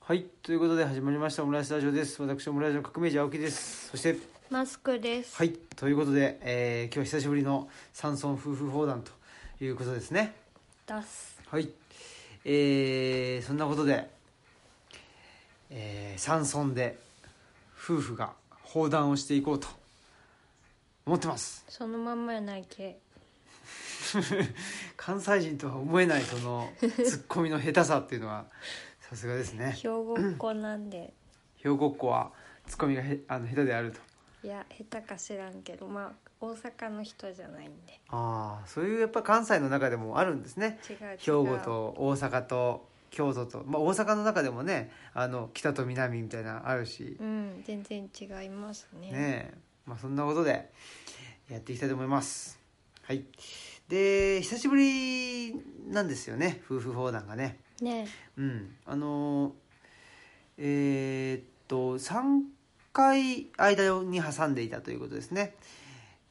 はいということで始まりましたオムライスラジオです私オムライスの革命児青木ですそしてマスクです。はいということで、えー今日は久しぶりの山村夫婦砲弾ということですね出す。はいえーそんなことで、えー山村で夫婦が砲弾をしていこうと思ってますそのまんまやないけ。関西人とは思えないそのツッコミの下手さっていうのはさすがですね兵庫っ子なんで。兵庫っ子はツッコミがへあの下手であるといや、下手か知らんけど、まあ、大阪の人じゃないんで。ああそういうやっぱ関西の中でもあるんですね違う違う。兵庫。と大阪と京都と、まあ、大阪の中でもねあの北と南みたいなのあるしうん、全然違いますねね。え、まあ、そんなことでやっていきたいと思いますはいで久しぶりなんですよね夫婦砲弾がねねうんあのえーっと3回間に挟んでいたということですね、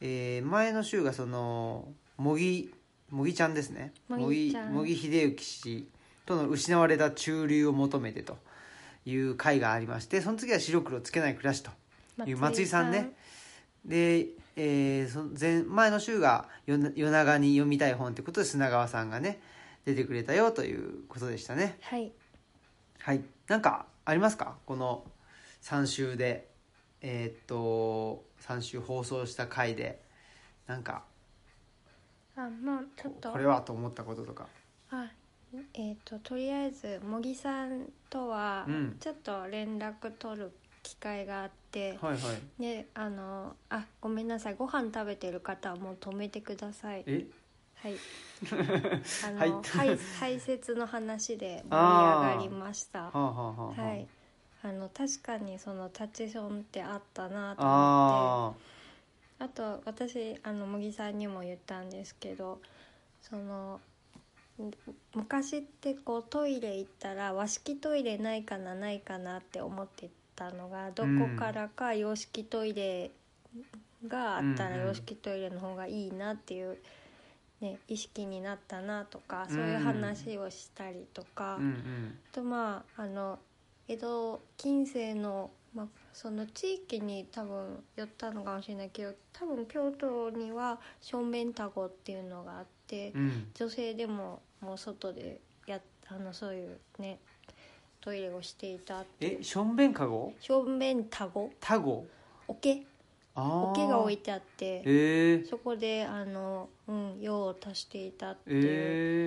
えー前の週がその茂木茂木ちゃんですね茂茂木木ちゃん茂木秀幸氏との失われた中流を求めてという回がありましてその次は白黒つけない暮らしという松井さんね。で、えーその前前の週が夜な夜長に読みたい本ということで砂川さんがね出てくれたよということでしたねはい。はいなんかありますかこの3週でえーっと3週放送した回でなんかあ、まあ、ちょっと。これはと思ったこととかあえっ、ととりあえず茂木さんとはうんちょっと連絡取る機会があって、はいはいであのあごめんなさいご飯食べてる方はもう止めてくださいえ はい。あはいの、はい、排泄の話で盛り上がりましたは。あ、はあはあはあ、はい。あの、確かに、そのタチションってあったなと思って。ああと、私、あの、茂木さんにも言ったんですけど。その。む昔ってこうトイレ行ったら和式トイレないかなないかなって思ってたのがどこからか洋式トイレがあったらうんうん洋式トイレの方がいいなっていう、ね、意識になったなとかそういう話をしたりとか、あうんうんあとまああの江戸近世の、まあ、その地域に多分寄ったのかもしれないけど多分京都には正面タゴっていうのがあって、うん女性でももう外でやっあのそういうねトイレをしていたえしょんべんかご正面タゴタゴ桶ああ桶が置いてあってえー、そこであの、うん、用を足していたってい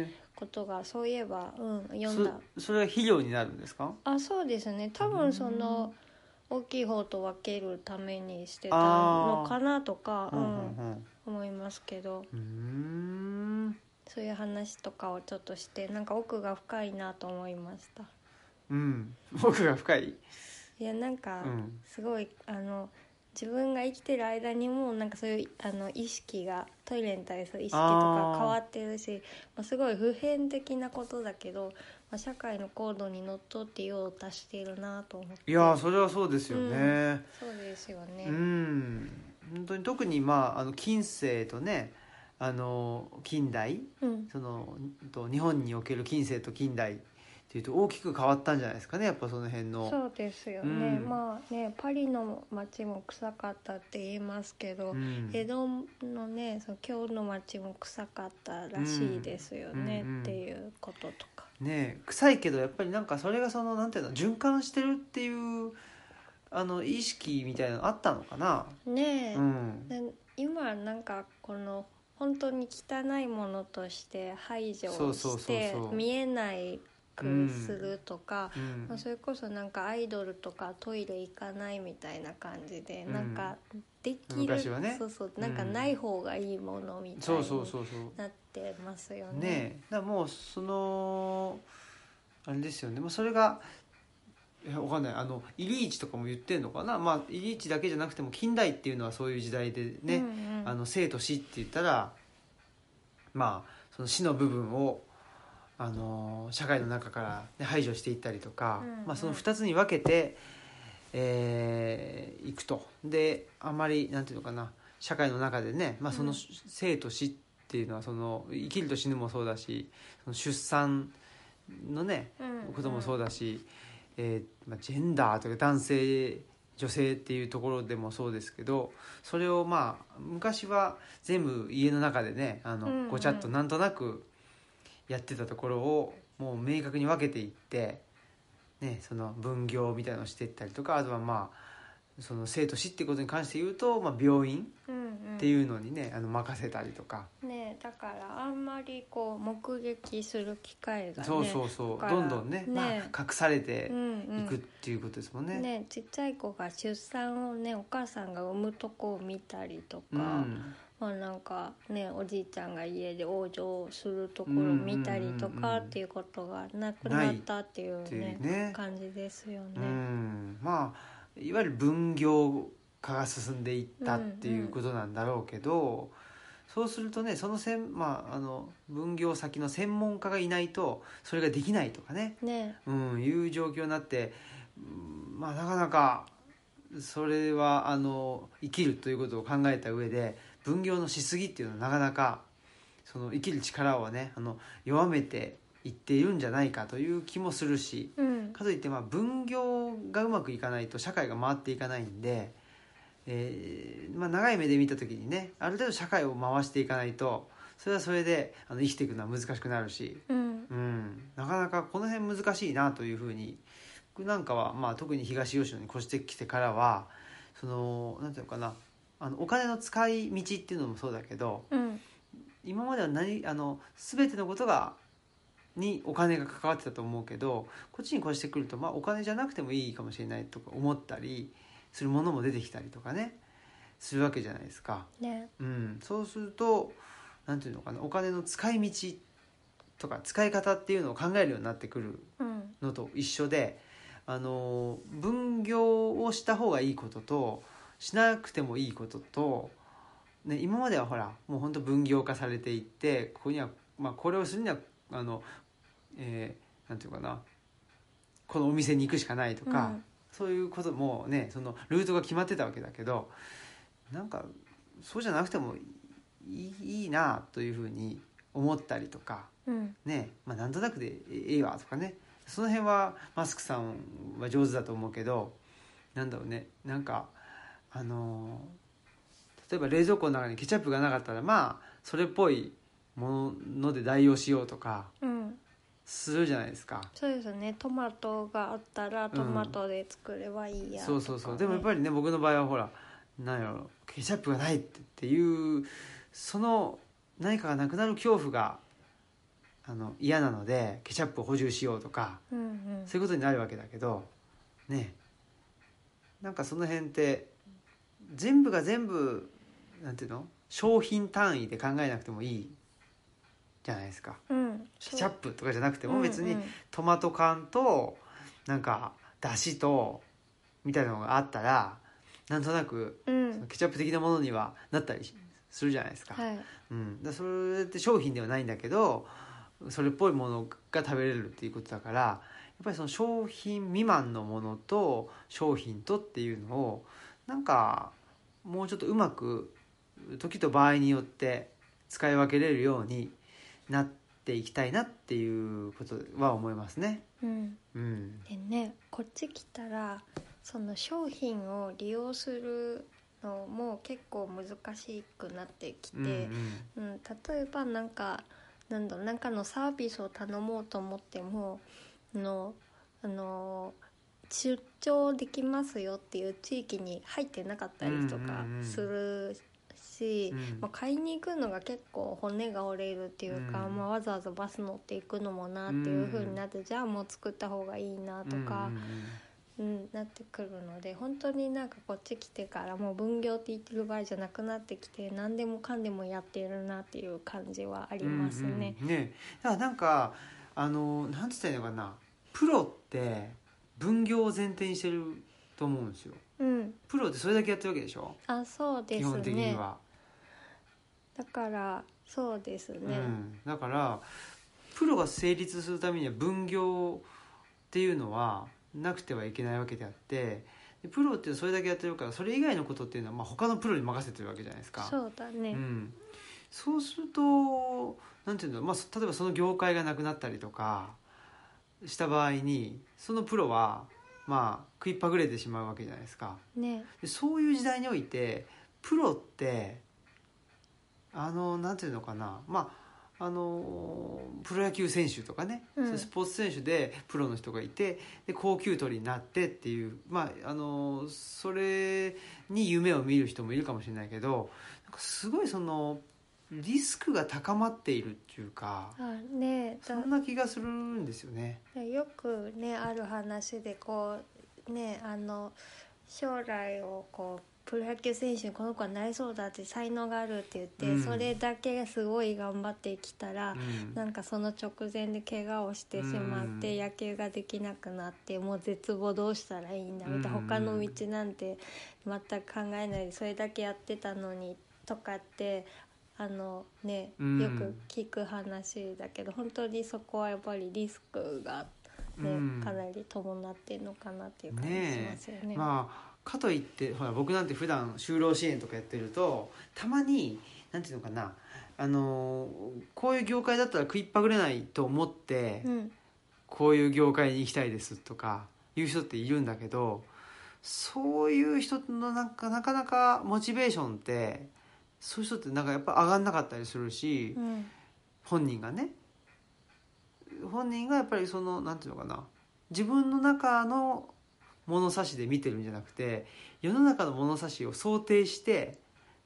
うえことが、そういえば、うん、え読んだそそれは肥料になるんですかあそうですね多分その大きい方と分けるためにしてたあーのかなとか、ううんんうん思いますけどうんうーんそういう話とかをちょっとしてなんか奥が深いなと思いましたうん僕が深いいやなんかうんすごい、あの自分が生きてる間にもなんかそういうあの意識がトイレに対する意識とあーか変わってるしまあ、すごい普遍的なことだけど、まあ、社会の行動にのっとって用を足しているなと思っていやーそれはそうですよねそうですよね。うん、本当に特にまああの近世とねあの近代うんそのと日本における近世と近代っていうと大きく変わったんじゃないですかねやっぱその辺のそうですよね、うんまあねパリの街も臭かったって言いますけど、ん江戸のねその京の街も臭かったらしいですよね、うんうんうんっていうこととかねえ臭いけどやっぱりなんかそれがそのなんていうの循環してるっていうあの意識みたいなのあったのかな、ねえ、うん、で今なんかこの本当に汚いものとして排除そうそうしそうてそう見えないくするとか、うんまあ、それこそなんかアイドルとかトイレ行かないみたいな感じで、うんなんかできる昔はねそうそうなんかない方がいいものみたいそうにそうそうそうなってますよね。ねえだからもうそのあれですよね、まあ、それがいやわかんないあのイリーチとかも言ってんのかな、まあ、イリーチだけじゃなくても近代っていうのはそういう時代でうね、んうんあの生と死って言ったらまあその死の部分をあの社会の中からね、排除していったりとか、うんうんまあ、その2つに分けて、えーいくとであんまりなんていうのかな社会の中でね、まあ、そのうん生と死っていうのはその生きると死ぬもそうだしその出産のねうんうんこともそうだし、えーまあ、ジェンダーとか男性女性っていうところでもそうですけどそれをまあ昔は全部家の中でねあうんうのんごちゃっとなんとなくやってたところをもう明確に分けていって、ね、その分業みたいなのをしていったりとかあとはまあその生と死ってことに関して言うと、まあ、病院うんっていうのにね、あの任せたりとか、ねだからあんまりこう目撃する機会がねそうそうそう、だからどんどんねねまあ、隠されてうんうんいくっていうことですもんね。ねちっちゃい子が出産をねお母さんが産むとこを見たりとか、うんまあなんかねおじいちゃんが家で往生するところを見たりとうんうんうんうかんっていうことがなくなったっていうっていねうね感じですようね。んまあいわゆる分業化が進んでいったっていうことなんだろうけど、そうするとねそのせん、まあ、あの分業先の専門家がいないとそれができないとかね、ねうん、いう状況になって、うんまあ、なかなかそれはあの生きるということを考えた上で分業のしすぎっていうのはなかなかその生きる力をねあの弱めていっているんじゃないかという気もするし。うんかといってまあ分業がうまくいかないと社会が回っていかないんで、えーまあ、長い目で見た時にねある程度社会を回していかないとそれはそれであの生きていくのは難しくなるし、うんうん、なかなかこの辺難しいなというふうに僕なんかは、まあ、特に東吉野に越してきてからはそのなんていうのかなあのお金の使い道っていうのもそうだけどうん今までは何あの全てのことがにお金が関わってたと思うけどこっちに越してくると、まあ、お金じゃなくてもいいかもしれないとか思ったりするものも出てきたりとかねするわけじゃないですか。ねうん、そうするとなんていうのかなお金の使い道とか使い方っていうのを考えるようになってくるうんのと一緒であの分業をした方がいいこととしなくてもいいことと、ね、今まではほらもう本当分業化されていってここには、まあ、これをするにはあの、えーなんていうかなこのお店に行くしかないとか、うんそういうこともねそのルートが決まってたわけだけどなんかそうじゃなくてもいいいいなというふうに思ったりとか。うんねまあ、なんとなくでええわとかねその辺はマスクさんは上手だと思うけどなんだろうねなんかあのー例えば冷蔵庫の中にケチャップがなかったらまあそれっぽいもので代用しようとかうんするじゃないですか。そうですねトマトがあったらトマトで作ればいいやそうそうそう、でとかねもやっぱりね僕の場合はほらなんやろケチャップがないってっていうその何かがなくなる恐怖があの嫌なのでケチャップを補充しようとか。うんうんそういうことになるわけだけどねなんかその辺って全部が全部なんていうの商品単位で考えなくてもいいじゃないですかうんケチャップとかじゃなくてプも別にトマト缶となんかだしとみたいなのがあったらなんとなくうんうんケチャップ的なものにはなったりするじゃないですか。はいうん、だそれって商品ではないんだけどそれっぽいものが食べれるっていうことだからやっぱりその商品未満のものと商品とっていうのをなんかもうちょっとうまく時と場合によって使い分けれるようになっていきたいなっていうことは思いますね。うんうん、でねこっち来たらその商品を利用するのも結構難しくなってきて、うんうんうん例えばなんかなんだろうなんかのサービスを頼もうと思ってもあのあの出張できますよっていう地域に入ってなかったりとかうんうんうんするし、うんまあ、買いに行くのが結構骨が折れるっていうか、うんまあ、わざわざバス乗って行くのもなっていう風になって、じゃあもう作った方がいいなとか、うんなってくるので本当になんかこっち来てからもう分業って言ってる場合じゃなくなってきて何でもかんでもやってるなっていう感じはありますね。うんうんねだからなんかあのなんて言ったらいいのかなプロって分業を前提にしてると思うんですようん、プロってそれだけやってるわけでしょあそうで基す本的にねは、だからそうですね、うん、だからプロが成立するためには分業っていうのはなくてはいけないわけであってでプロってそれだけやってるからそれ以外のことっていうのは、まあ、他のプロに任せてるわけじゃないですかそうだね、うん、そうするとなんていうんだろう、まあ、そ例えばその業界がなくなったりとかした場合にそのプロはまあ食いっぱぐれてしまうわけじゃないですかねでそういう時代においてプロってあのなんていうのかなまああのプロ野球選手とかね、うんそういうスポーツ選手でプロの人がいてで高給取りになってっていう、まあ、あのそれに夢を見る人もいるかもしれないけどなんかすごいそのリスクが高まっているっていうかあねそだんな気がするんですよね。よくねある話でこうねあの将来をこうプロ野球選手にこの子はなりそうだって才能があるって言って、うんそれだけすごい頑張ってきたら、うんなんかその直前で怪我をしてしまって、うん野球ができなくなってもう絶望どうしたらいいんだみたいな、うん他の道なんて全く考えないでそれだけやってたのにとかってあのねうんよく聞く話だけど本当にそこはやっぱりリスクが、ねうんかなり伴ってるのかなっていう感じしねえますよね。まあかといってほら僕なんて普段就労支援とかやってるとたまになんていうのかなあのーこういう業界だったら食いっぱぐれないと思って、うんこういう業界に行きたいですとかいう人っているんだけどそういう人のなんかなかなかモチベーションってそういう人ってなんかやっぱ上がんなかったりするし、うん本人がね本人がやっぱりそのなんていうのかな自分の中の物差しで見てるんじゃなくて世の中の物差しを想定して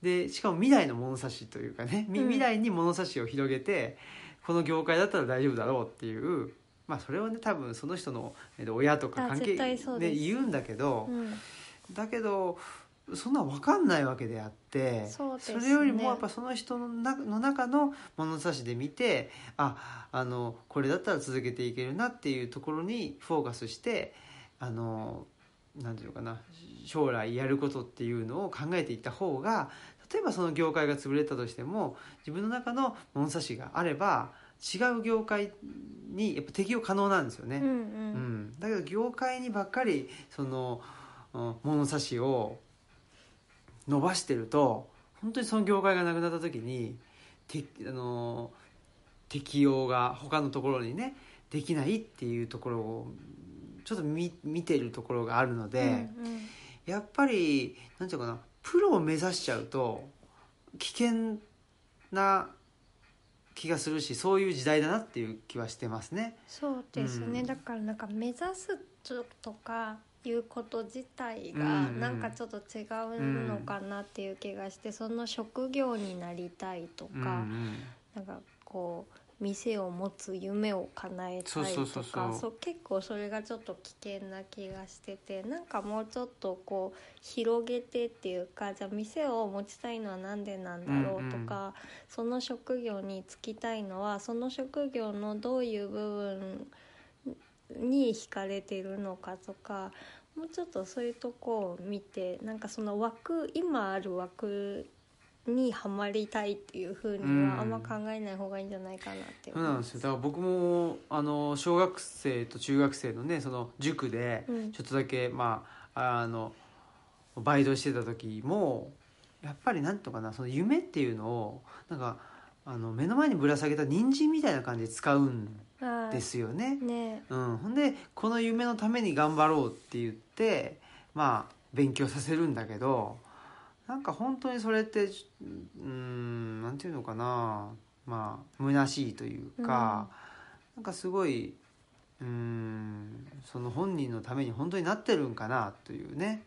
でしかも未来の物差しというかね、みうん未来に物差しを広げてこの業界だったら大丈夫だろうっていうまあそれはね多分その人のえっと親とかあ関係絶対そうです言うんだけど、うんだけどそんな分かんないわけであってそうですねれよりもやっぱその人の中の中の物差しで見てああのこれだったら続けていけるなっていうところにフォーカスしてあのなんていうのかな将来やることっていうのを考えていった方が例えばその業界が潰れたとしても自分の中の物差しがあれば違う業界にやっぱ適用可能なんですよね。うんううんん、だけど業界にばっかりそのうん物差しを伸ばしてると本当にその業界がなくなった時にてあの適用が他のところにねできないっていうところをちょっと見見てるところがあるので、うんうんやっぱりなんていうのかなプロを目指しちゃうと危険な気がするしそういう時代だなっていう気はしてますね。そうですね、うんだからなんか目指すとかいうこと自体がうんうんなんかちょっと違うのかなっていう気がして、その職業になりたいとか、うんうんなんかこう店を持つ夢を叶えたいそうとそうそうそかうそう結構それがちょっと危険な気がしててなんかもうちょっとこう広げてっていうかじゃあ店を持ちたいのはなんでなんだろうとか、その職業に就きたいのはその職業のどういう部分に惹かれてるのかとかもうちょっとそういうとこを見てなんかその枠今ある枠にはまりたいっていうふうにうんはあんま考えない方がいいんじゃないかなってそうなんですよだから僕もあの小学生と中学生のねその塾でうんちょっとだけ、まああのバイトしてた時もやっぱりなんとかなその夢っていうのをなんかあの目の前にぶら下げた人参みたいな感じで使うんあーですよね。ねうん、ほんでこの夢のために頑張ろうって言ってまあ勉強させるんだけどなんか本当にそれってうーんなんていうのかなまあ虚しいというか、なんかすごいうーんその本人のために本当になってるんかなというね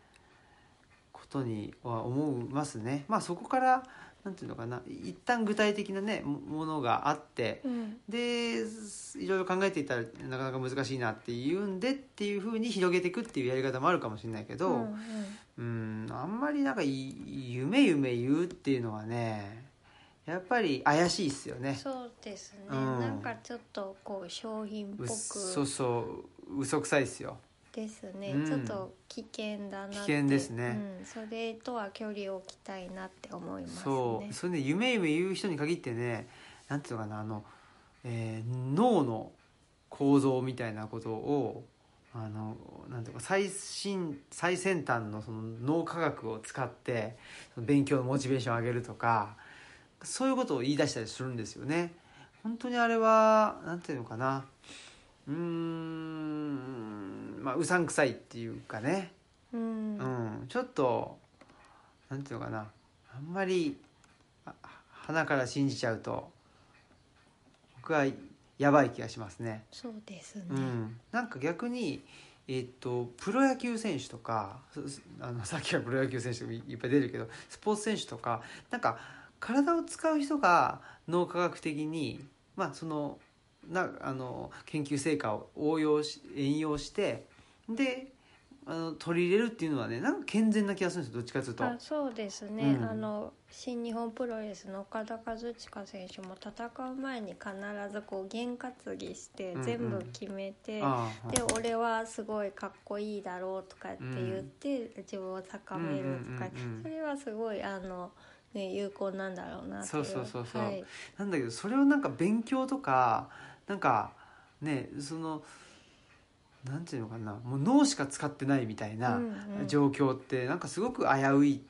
ことには思いますね。まあ、そこからなんていうのかな一旦具体的なねもものがあってうんですいろいろ考えていたらなかなか難しいなっていうんでっていうふうに広げていくっていうやり方もあるかもしれないけど、ううんうんん、あんまりなんかい夢夢言うっていうのはねやっぱり怪しいっすよね。そうですね、うんなんかちょっとこう商品っぽうくっそうそう嘘くさいっすよ。ですね、うんちょっと危険だなって危険ですねうん、それとは距離を置きたいなって思いますねそうそれね夢夢言う人に限ってねなんていうのかなあの、えー脳の構造みたいなことをあのなんていうか最新最先端のその脳科学を使ってその勉強のモチベーションを上げるとかそういうことを言い出したりするんですよね。本当にあれはなんていうのかなうーんまあうさんくさいっていうかね、うんう、ん、ちょっとなんていうのかなあんまりあ鼻から信じちゃうと僕はやばい気がしますね。そうですね、うん、なんか逆に、えっとプロ野球選手とかそそあのさっ きはプロ野球選手とかいいっぱい出てるけどスポーツ選手とかなんか体を使う人が脳科学的に、まあ、そのなあの研究成果を応用し援用してであの取り入れるっていうのはねなんか健全な気がするんですよどっちかというと。あそうですね、うんあの新日本プロレスの岡田和親選手も戦う前に必ずこう験担ぎしてうんうん全部決めて、ああで俺はすごいかっこいいだろうとかって言って、自分を高めるとうか、んうんうんうんそれはすごいあの、ね、有効なんだろうなっていうそうそうそうそうはいなんだけどそれをなんか勉強とかなんかねそのなんていうのかなもう脳しか使ってないみたいなうんうん状況ってなんかすごく危うい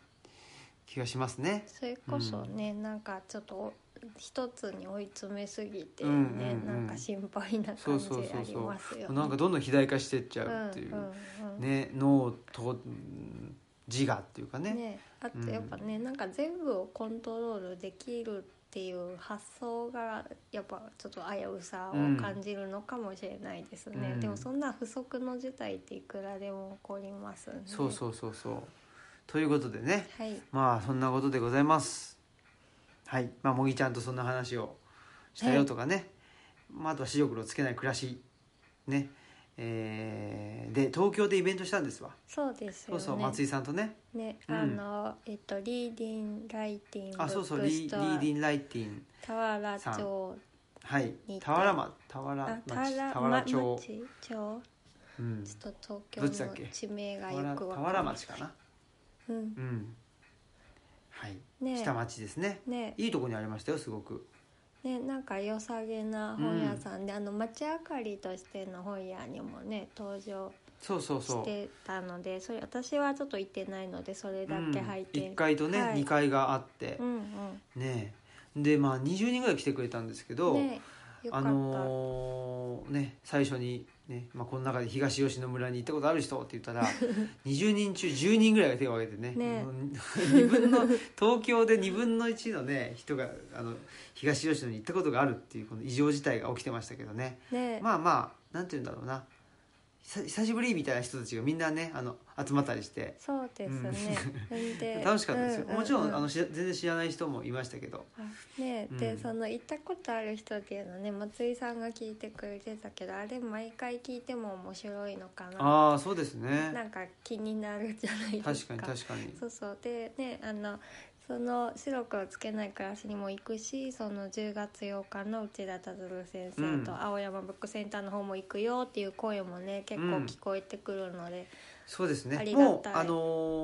気がしますね。それこそね、なんかちょっとお一つに追い詰めすぎてね、うんうんうんなんか心配なそ感うじそうそうそうありますよね。なんかどんどん肥大化してっちゃうっていう、んうんうんね脳とうん自我っていうかねね、あとやっぱね、なんか全部をコントロールできるっていう発想がやっぱちょっと危うさを感じるのかもしれないですね、うんでもそんな不測の事態っていくらでも起こりますねそうそうそうそう。ということでねはいまあそんなことでございます。はい、まあもぎちゃんとそんな話をしたよとかね、まああとは視力をつけない暮らしね、えーで東京でイベントしたんですわ。そうですそうよねそう松井さんとね、ねうんあの、えっとリーディンライティンブあそうそッうクリスリトーアディンライティン田原町はいに田原町田あ原町田原田ま原町町、町うん、ちょっとどっ東ちだっ京のけ地名田がよ原く田わ原かんない町かな、うんうん、はい、ね下町ですね。ねいいとこにありましたよすごく。ね、なんか良さげな本屋さんで、あの町明かりとしての本屋にもね登場そうそうそしう。てたのでそれ私はちょっと行ってないのでそれだけ入って、うん、1階とね、はい2階があって、うんねえでまあ20人ぐらい来てくれたんですけうど、んねよかあった、のーね最初に、ねまあ、この中で東吉野村に行ったことある人って言 ったら20人中10人ぐらいが手を挙げてねね 2分の東京で2分の1のね人があの東吉野に行ったことがあるっていうこの異常事態が起きてましたけどねね、まあまあなんて言うんだろうな久久しぶりみたいな人たちがみんなねあの集まったりして。そうですね、んで 楽しかったですよ、うううもちろんあのし全然知らない人もいましたけど、ねうんでその行ったことある人っていうのね松井さんが聞いてくれてたけどあれ毎回聞いても面白いのかなああそうですねなんか気になるじゃないです確かに確かにそうそうでねあのその白くをつけない暮らしにも行くしその10月8日の内田達郎先生うんと青山ブックセンターの方も行くよっていう声もね結構聞こえてくるので、そうですあねりがたいもうあの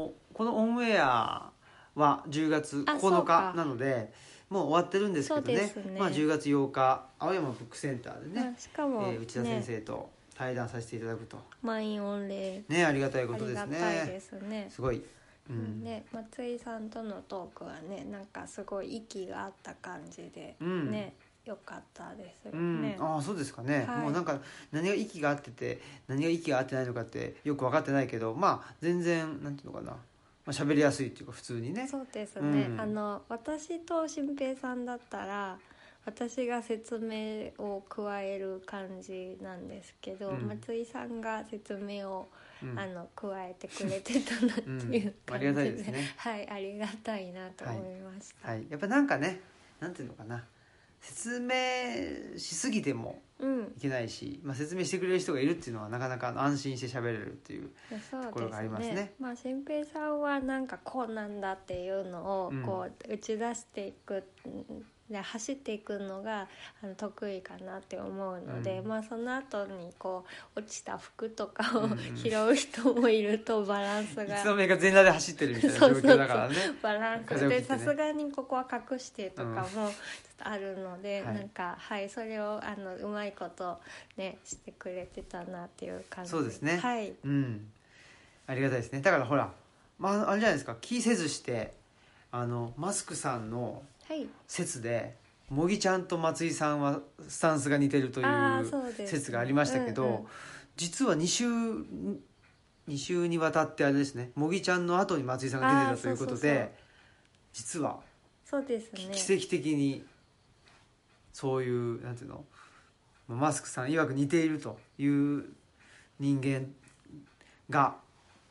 ーこのオンエアは10月あそ9うか日なのでもう終わってるんですけどねそうですねまあ、10月8日青山ブックセンターでねま、あしかえも、ねー内田先生と対談させていただくと満員御礼ねありがたいこあとりですがねたいですね。すごい、ううんんね、松井さんとのトークはねなんかすごい息があった感じで、うんね良かったですようんね。ああそうですかね、はいもうなんか何が息が合ってて何が息が合ってないのかってよく分かってないけどまあ全然なんていうのかな、まあ、喋りやすいっていうか普通にねそうですね、うんあの私と新平さんだったら私が説明を加える感じなんですけど、うん松井さんが説明を、うんあの加えてくれてたなっていううんあ感りじがたいですねはいありがたいなと思いました、はい、やっぱなんかねなんていうのかな説明しすぎてもうんいけないし、まあ、説明してくれる人がいるっていうのはなかなか安心して喋れるっていういやそうところがありますねですねまあ新平さんはなんかこうなんだっていうのをうんこう打ち出していく、で走っていくのがあの得意かなって思うので、うんまあその後にこう落ちた服とうかをんうん拾う人もいるとバランス いがつの間にか全裸で走ってるみたいな状況だからねバラン風スを切っでてねさすがにここは隠してとかうんもちょっとあるので、はいなんかはいそれをあのうまいことねしてくれてたなっていう感じそうですねはいうんありがたいですねだからほら、まあ、あれじゃないですか気せずしてあのマスクさんのはい説で茂木ちゃんと松井さんはスタンスが似てるといああうそうです説がありましたけど、うんうん実は2週2週にわたってあれですね茂木ちゃんの後に松井さんが出てたということであーそうそうそう実はそうですね奇跡的にそういうなんていうのマスクさん曰く似ているという人間が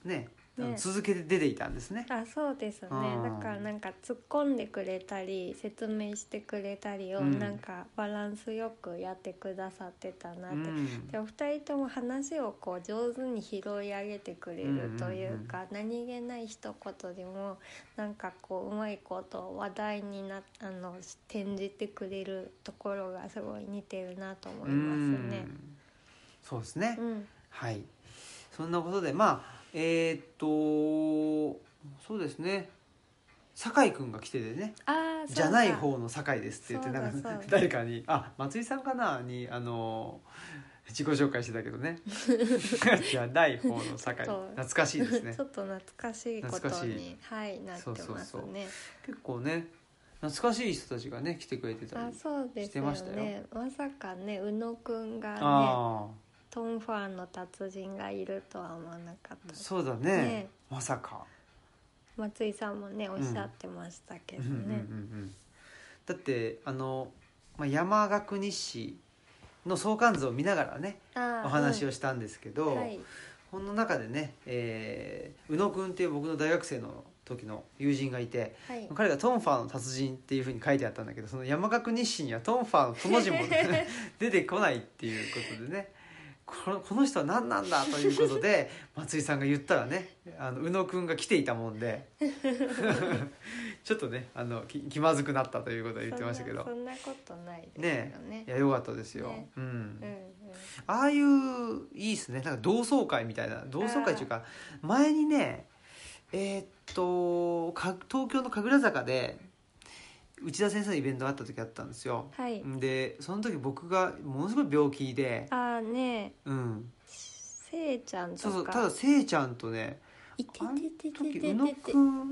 ねあのね続けて出ていたんですね。あそうですねうだんからなんか突っ込んでくれたり説明してくれたりをうんなんかバランスよくやってくださってたなっうて、んでお二人とも話をこう上手に拾い上げてくれるというか、何気ない一言でもなんかこううまいこと話題になあの転じてくれるところがすごい似てるなと思いますねう。んそうですね、うん、はいそんなことでまあえーっとそうですね酒井君が来ててねあーじゃないそう方の酒井ですって言ってそうだなんそうかだ誰かに「あ松井さんかな?」にあの自己紹介してたけど ねじゃない方の酒井ちょっと懐かしいですかね ちょっと懐かしいこと懐かしいにはいなってますね。そうそうそう結構ね懐かしい人たちがね来てくれてたありそうでしすてよましたねまさかね宇野くんがねあトンファンの達人がいるとは思わなかっあたそうだねねまさか、松井さんもねおっしゃってましたけうどんうんうんうねんだってあの、まあ、山岳日誌の相関図を見ながらねあお話をししたんですけど、てはいこの中でね、えー宇野くんっていう僕の大学生の時の友人がいてはい彼が「トンファーの達人」っていうふうに書いてあったんだけどその山岳日誌には「トンファーのとの字も、 ね、出てこないっていうことでねこのこの人は何なんだということで松井さんが言ったらねあの宇野くんが来ていたもん でちょっとねあのき気まずくなったということは言ってましたけどそんなそんなことないですねよねいやよかったですよ。ねうんうんうんああいういいですねなんか同窓会みたいな同窓会というか前にねえーっとか東京の神楽坂で内田先生のイベントがあった時あったんですよ、はいでその時僕がものすごい病気で、ああねうん、せいちゃんとかそうそうただせいちゃんとねいてあのてて時てて宇て野てくんあ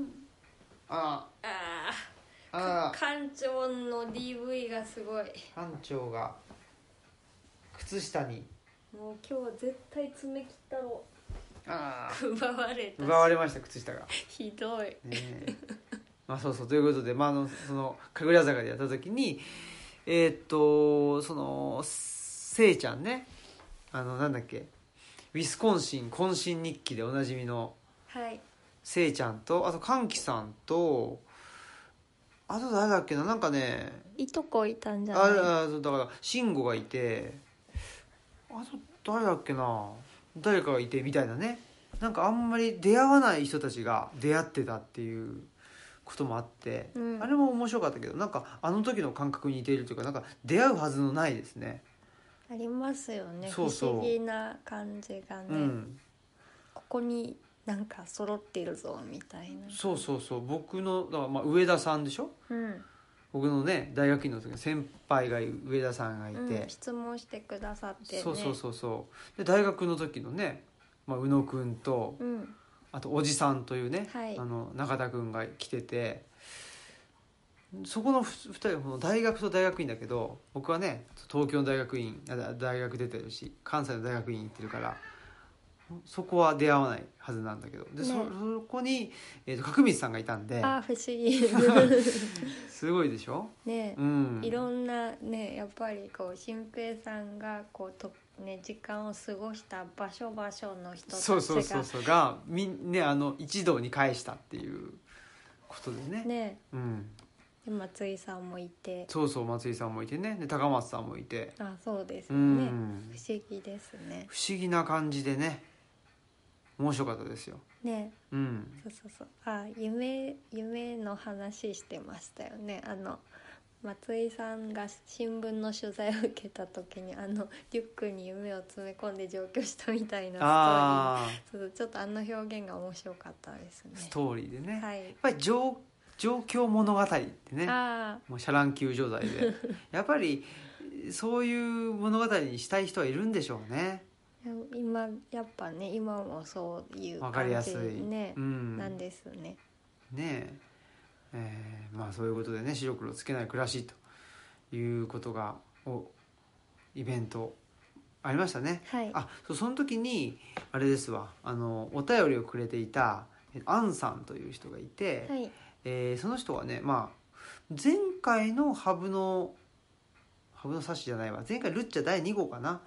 ああああ館長の DV がすごいあ班長が靴下にもう今日絶対爪切ったろああ奪われたし奪われました靴下が。ひどいねえまあそうそうということで、まあ、あのその神楽坂でやった時にえーっとそのせいちゃんねあのなんだっけウィスコンシン渾身日記でおなじみのはいせいちゃんとあと歓喜さんとあと誰だっけななんかねいとこいたんじゃあないあそうだから慎吾がいてあと誰だっけな誰かがいてみたいなねなんかあんまり出会わない人たちが出会ってたっていうこともあって、うんあれも面白かったけどなんかあの時の感覚に似ているというかなんか出会うはずのないですね。ありますよねそうそう不思議な感じがね、うん、ここになんか揃ってるぞみたいなそうそうそう僕のだからまあ上田さんでしょうん、僕のね大学院の時の先輩が上田さんがいて、うん、質問してくださってねそうそうそうそうで大学の時のね、まあ、宇野くんとうんあとおじさんというね、はいあの中田君が来ててそこの2人この大学と大学院だけど僕はね東京の大学院あだ大学出てるし関西の大学院行ってるからそこは出会わないはずなんだけどで、そねそこに、えー、と角光さんがいたんであー不 思議すごいでしょ、ね、うん、いろんなねやっぱりこう新平さんがこうとね時間を過ごした場所場所の人たちそうそうそうがそうがみんねあの一堂に会したっていうことでねねうん、で松井さんもいてそうそう松井さんもいてねで高松さんもいて、あそうですうよね、ん、不思議ですね不思議な感じでね面白かったですよねうんそうそうそうあ夢夢の話してましたよねあの松井さんが新聞の取材を受けた時にあのリュックに夢を詰め込んで上京したみたいなストーああリーそうそうちょっとあの表現が面白かったですねストーリーでね、やっはいぱり状状況物語ってねあもうシャラン級状態 でやっぱりそういう物語にしたい人はいるんでしょうねあ今やっぱね今もそういうわかり感やじすい、ねう、んなんねですねええーまあそういうことでね白黒つけない暮らしということがおイベントありましたね。はいあそうその時にあれですわあのお便りをくれていたえアンさんという人がいて、はいえーその人はね、まあ、前回のハブのハブの冊子じゃないわ前回ルッチャ第2号かな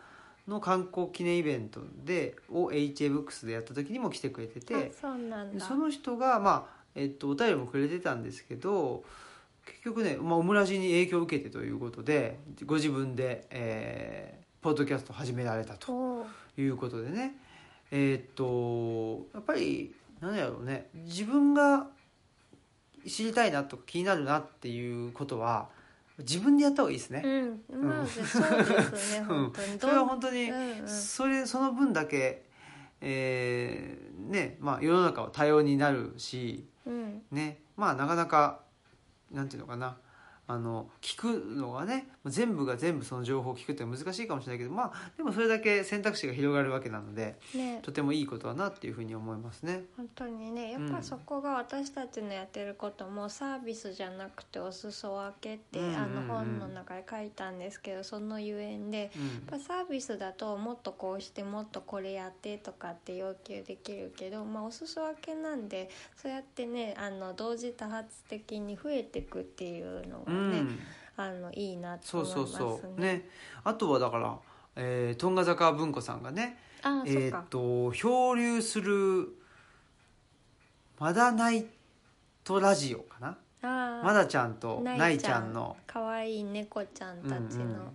の観光記念イベントでを HA ブックスでやった時にも来てくれててあそうなんだその人が、まあえっと、お便りもくれてたんですけど結局ね、まあ、オムラジに影響を受けてということでご自分で、えーポッドキャストを始められたと。おーということでねえーっとやっぱり何やろうね自分が知りたいなとか気になるなっていうことは自分でやった方がいいですね。うんまうあんそうです ねん本当にそれはどん本当にうんうんそれその分だけ、えーねまあ、世の中は多様になるし、うんねまあ、なかなかなんていうのかなあの聞くのがね全部が全部その情報を聞くって難しいかもしれないけど、まあ、でもそれだけ選択肢が広がるわけなので。ねとてもいいことだなっていうふうに思いますね。本当にねやっうんぱそこが私たちのやってることもサービスじゃなくてお裾分けって、うんうんうんあの本の中で書いたんですけどそのゆえんでやっぱサービスだともっとこうしてもっとこれやってとかって要求できるけど、まあ、お裾分けなんでそうやってねあの同時多発的に増えていくっていうのうがね、ん、あのいいなとそう思いそうますね。そうねあとはだから、えー、トンガ坂文子さんがねああ、えそっーかっと漂流するまだないとラジオかな、ああまだちゃんとないちゃんの可愛い猫ちゃんたちうんうんの、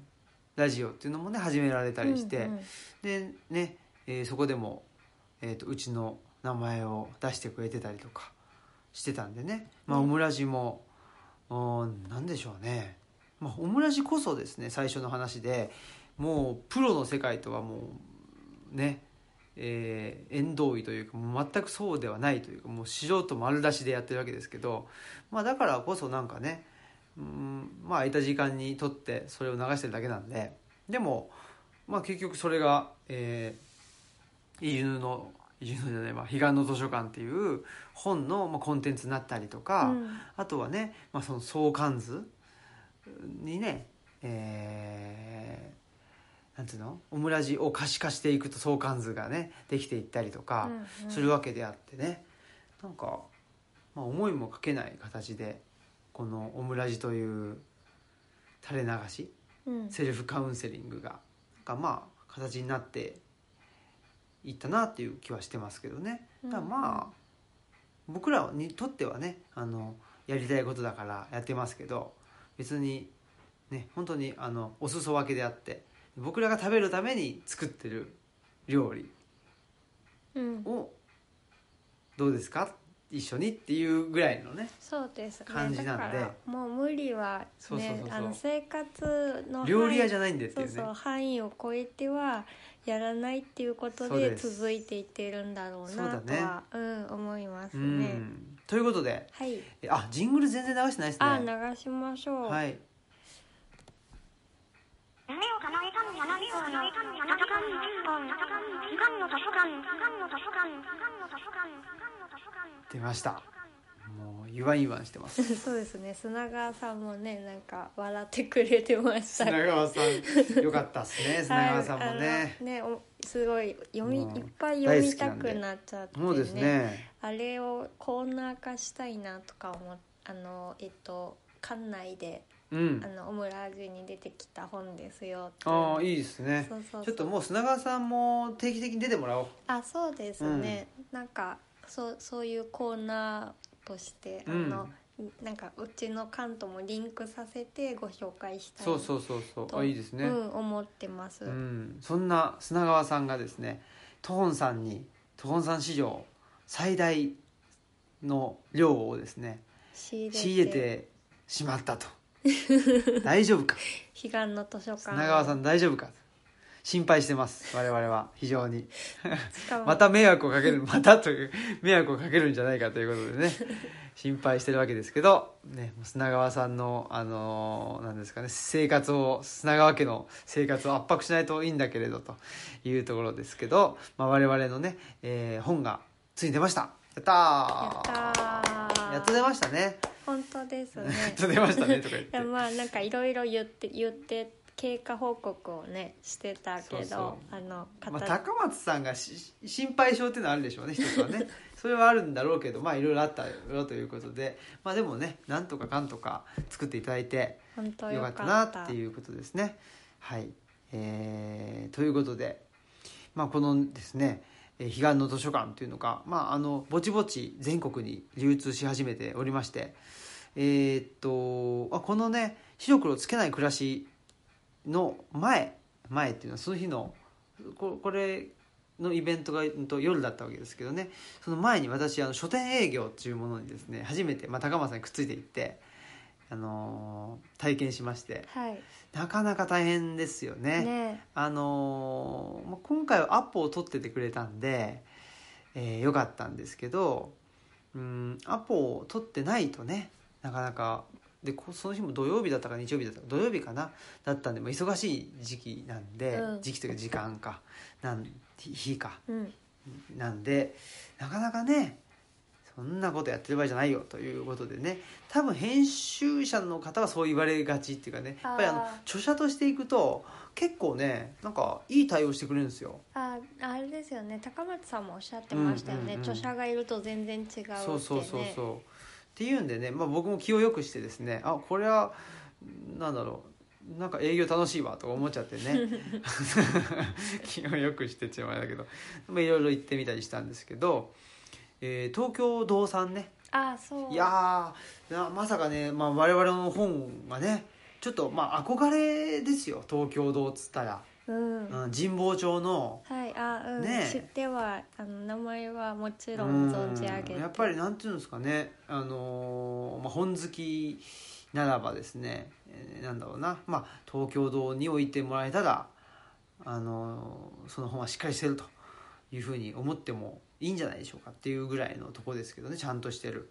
ラジオっていうのもね始められたりして、うんうんでね、えーそこでも、えー、とうちの名前を出してくれてたりとかしてたんでね、まあ、うオんムラジも、うん、なんでしょうね、まあ、オムラジこそですね最初の話でもうプロの世界とはもうねえー縁遠いというかもう全くそうではないというかもう素人丸出しでやってるわけですけど、まあ、だからこそなんかねうんまあ空いた時間にとってそれを流してるだけなんででも、まあ、結局それが、えー、犬の犬のじゃない、まあ、彼岸の図書館っていう本の、まあ、コンテンツになったりとか、うんあとはね、まあ、その相関図にね、えーなんていうのオムラジを可視化していくと相関図がねできていったりとかうんうんするわけであってね、なんか、まあ、思いもかけない形でこのオムラジという垂れ流しうんセルフカウンセリングがなんかまあ形になっていったなっていう気はしてますけどね。だからまあ僕らにとってはねあのやりたいことだからやってますけど別にね本当にあのお裾分けであって僕らが食べるために作ってる料理うん、をどうですか一緒にっていうぐらいのねそうです、ね、感じなんでだからもう無理はねそうそうそうそうあの生活の範囲料理屋じゃないんでってそいううねそう範囲を超えてはやらないっていうことそうでです続いていってるんだろうなそうとだねはう、ん、思いますうね。んということではい、えあジングル全然流してないですねあ流しましょう。はい夢を叶えたんじゃない方の図書館本悲願の図書館悲願の図書館悲願の図書館悲願の図書館出ましたもう言わん言わんしてま すそうですね砂川さんもねなんか笑ってくれてました砂川さんよかったっすね砂川さんもはいねあのねおすごい読み、うんいっぱい読みたくなっちゃって、ね、そうですねあれをコーナー化したいなとか思っあのえっと館内でうんあのオムラージュに出てきた本ですよっていうああいいですねそうそうそうちょっともう砂川さんも定期的に出てもらおうあそうですね、なんかそうそういうコーナーとしてあの、なんかうちの館ともリンクさせてご紹介したいそうそうそうそうとあいいですね、うん、思ってます、うんそんな砂川さんがですねトホンさんにトホンさん史上最大の量をですね仕入れて仕入れてしまった と大丈夫か彼岸の図書館砂川さん大丈夫か心配してます我々は非常にしかもまた迷惑をかけるまたという迷惑をかけるんじゃないかということでね心配してるわけですけど、ね、もう砂川さんの、あのなんですかね生活を砂川家の生活を圧迫しないといいんだけれどというところですけど、まあ、我々のね、えー本がついに出ましたやったーやったーやっと出ましたね本当です ねちょっと出ましたねとか言っいてやまあなんかいろいろ言って言って経過報告をねしてたけどそうそうあのまあ、形高松さんがし心配性っていうのはあるでしょうね一つは ねそれはあるんだろうけどまあいろいろあったよということでまあでもねなんとかかんとか作っていただいて本当よよかかっったたなっていうことですね。はい、えーということで、まあ、このですねえー彼岸の図書館というのが、まあ、あのぼちぼち全国に流通し始めておりまして、えーっとあこのね「白黒つけない暮らし」の前前っていうのはその日のここれのイベントがうんと夜だったわけですけどねその前に私あの書店営業っていうものにですね初めて、まあ、高松さんにくっついていって、あのー体験しましてはいなかなか大変ですよね。ねあのーまあ今回はアポを取っててくれたんで、えーよかったんですけどうんアポを取ってないとねなかなかでこその日も土曜日だったか日曜日だったか土曜日かなだったんでもう忙しい時期なんで、うん時期というか時間かなん日日かうんなんでなかなかねそんなことやってる場合じゃないよということでね多分編集者の方はそう言われがちっていうかねやっぱりあのあー著者としていくと結構ねなんかいい対応してくれるんですよ。ああれですよね高松さんもおっしゃってましたよね、うんうんうん著者がいると全然違うって、ね、そうそうそうそうっていうんでね、まあ、僕も気を良くしてですねあこれはなんだろうなんか営業楽しいわとか思っちゃって ね 気を良くしてっていうのもあれだけど、まあ、いろいろ行ってみたりしたんですけど、えー東京堂さんねあそういやーなまさかね、まあ、我々の本がねちょっとまあ憧れですよ東京堂っつったら、うんうん、神保町のはいあうん、ねえ知ってはあの名前はもちろん存じ上げてうんやっぱりなんていうんですかね、あのーまあ、本好きならばですね、えーなんだろうな、まあ、東京堂に置いてもらえたら、あのーその本はしっかりしてるというふうに思ってもいいんじゃないでしょうかっていうぐらいのとこですけどねちゃんとしてる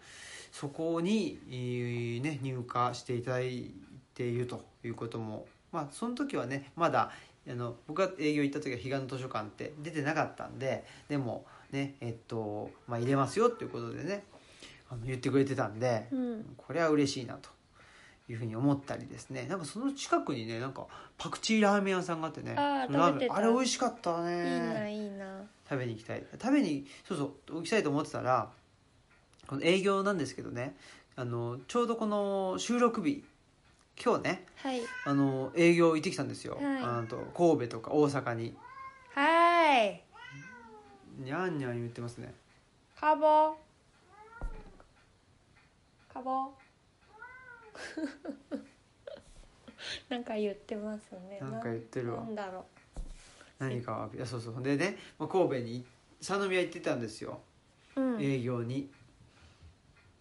そこに、えーね、入荷していただいているということもまあその時はねまだあの僕が営業行った時は彼岸の図書館って出てなかったんででもねえっと、まあ、入れますよっていうことでねあの言ってくれてたんで、うんこれは嬉しいなというふうに思ったりですねなんかその近くにねなんかパクチーラーメン屋さんがあってねあーそのラー食メべンてたあれ美味しかったいいねないいな食べに行きたい食べにそうそう行きたいと思ってたらこの営業なんですけどねあのちょうどこの収録日今日ねはいあの営業行ってきたんですよ、はいあと神戸とか大阪にはいにゃんにゃん言ってますねカボカボ なんか言ってますねなんか言ってるわなんだろ何かはいやそうそうでね、まあ、神戸に三宮行ってたんですよ、ううんはい営業に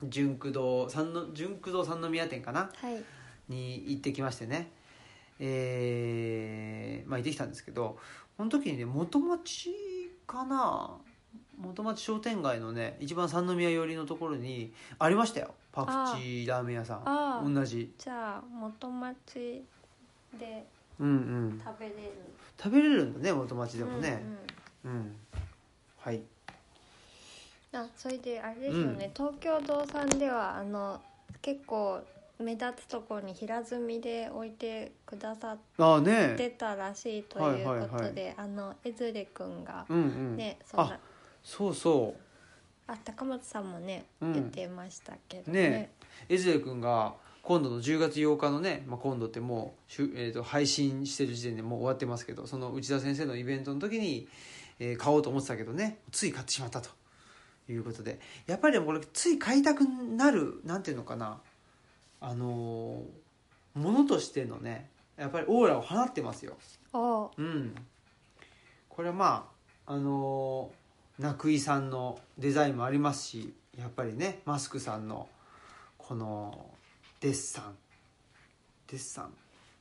純駆堂三の純駆堂三宮店かなに行ってきましてねえーまあ行ってきたんですけどこの時にね元町かな元町商店街のね一番三宮寄りのところにありましたよパクチーラーメン屋さああん同じじゃあ元町でうんうん食べれる食べれるんだね元町でもねうんうんうん、はいあそれであれですよね、東京堂さんではあの結構目立つところに平積みで置いてくださああっねてたらしいとはいいうはいはいことで、あの江連君がうんうん、ね、そんなあそうそうあ高松さんもね、うん言ってましたけどね江連君が今度の10月8日のね、まあ、今度ってもうしゅ、えー、と配信してる時点でもう終わってますけどその内田先生のイベントの時に、えー買おうと思ってたけどねつい買ってしまったということでやっぱりでもこれつい買いたくなるなんていうのかなあのーものとしてのねやっぱりオーラを放ってますよ。おううん、これはまああのー涌井さんのデザインもありますしやっぱりねマスクさんのこのデッサンデッサン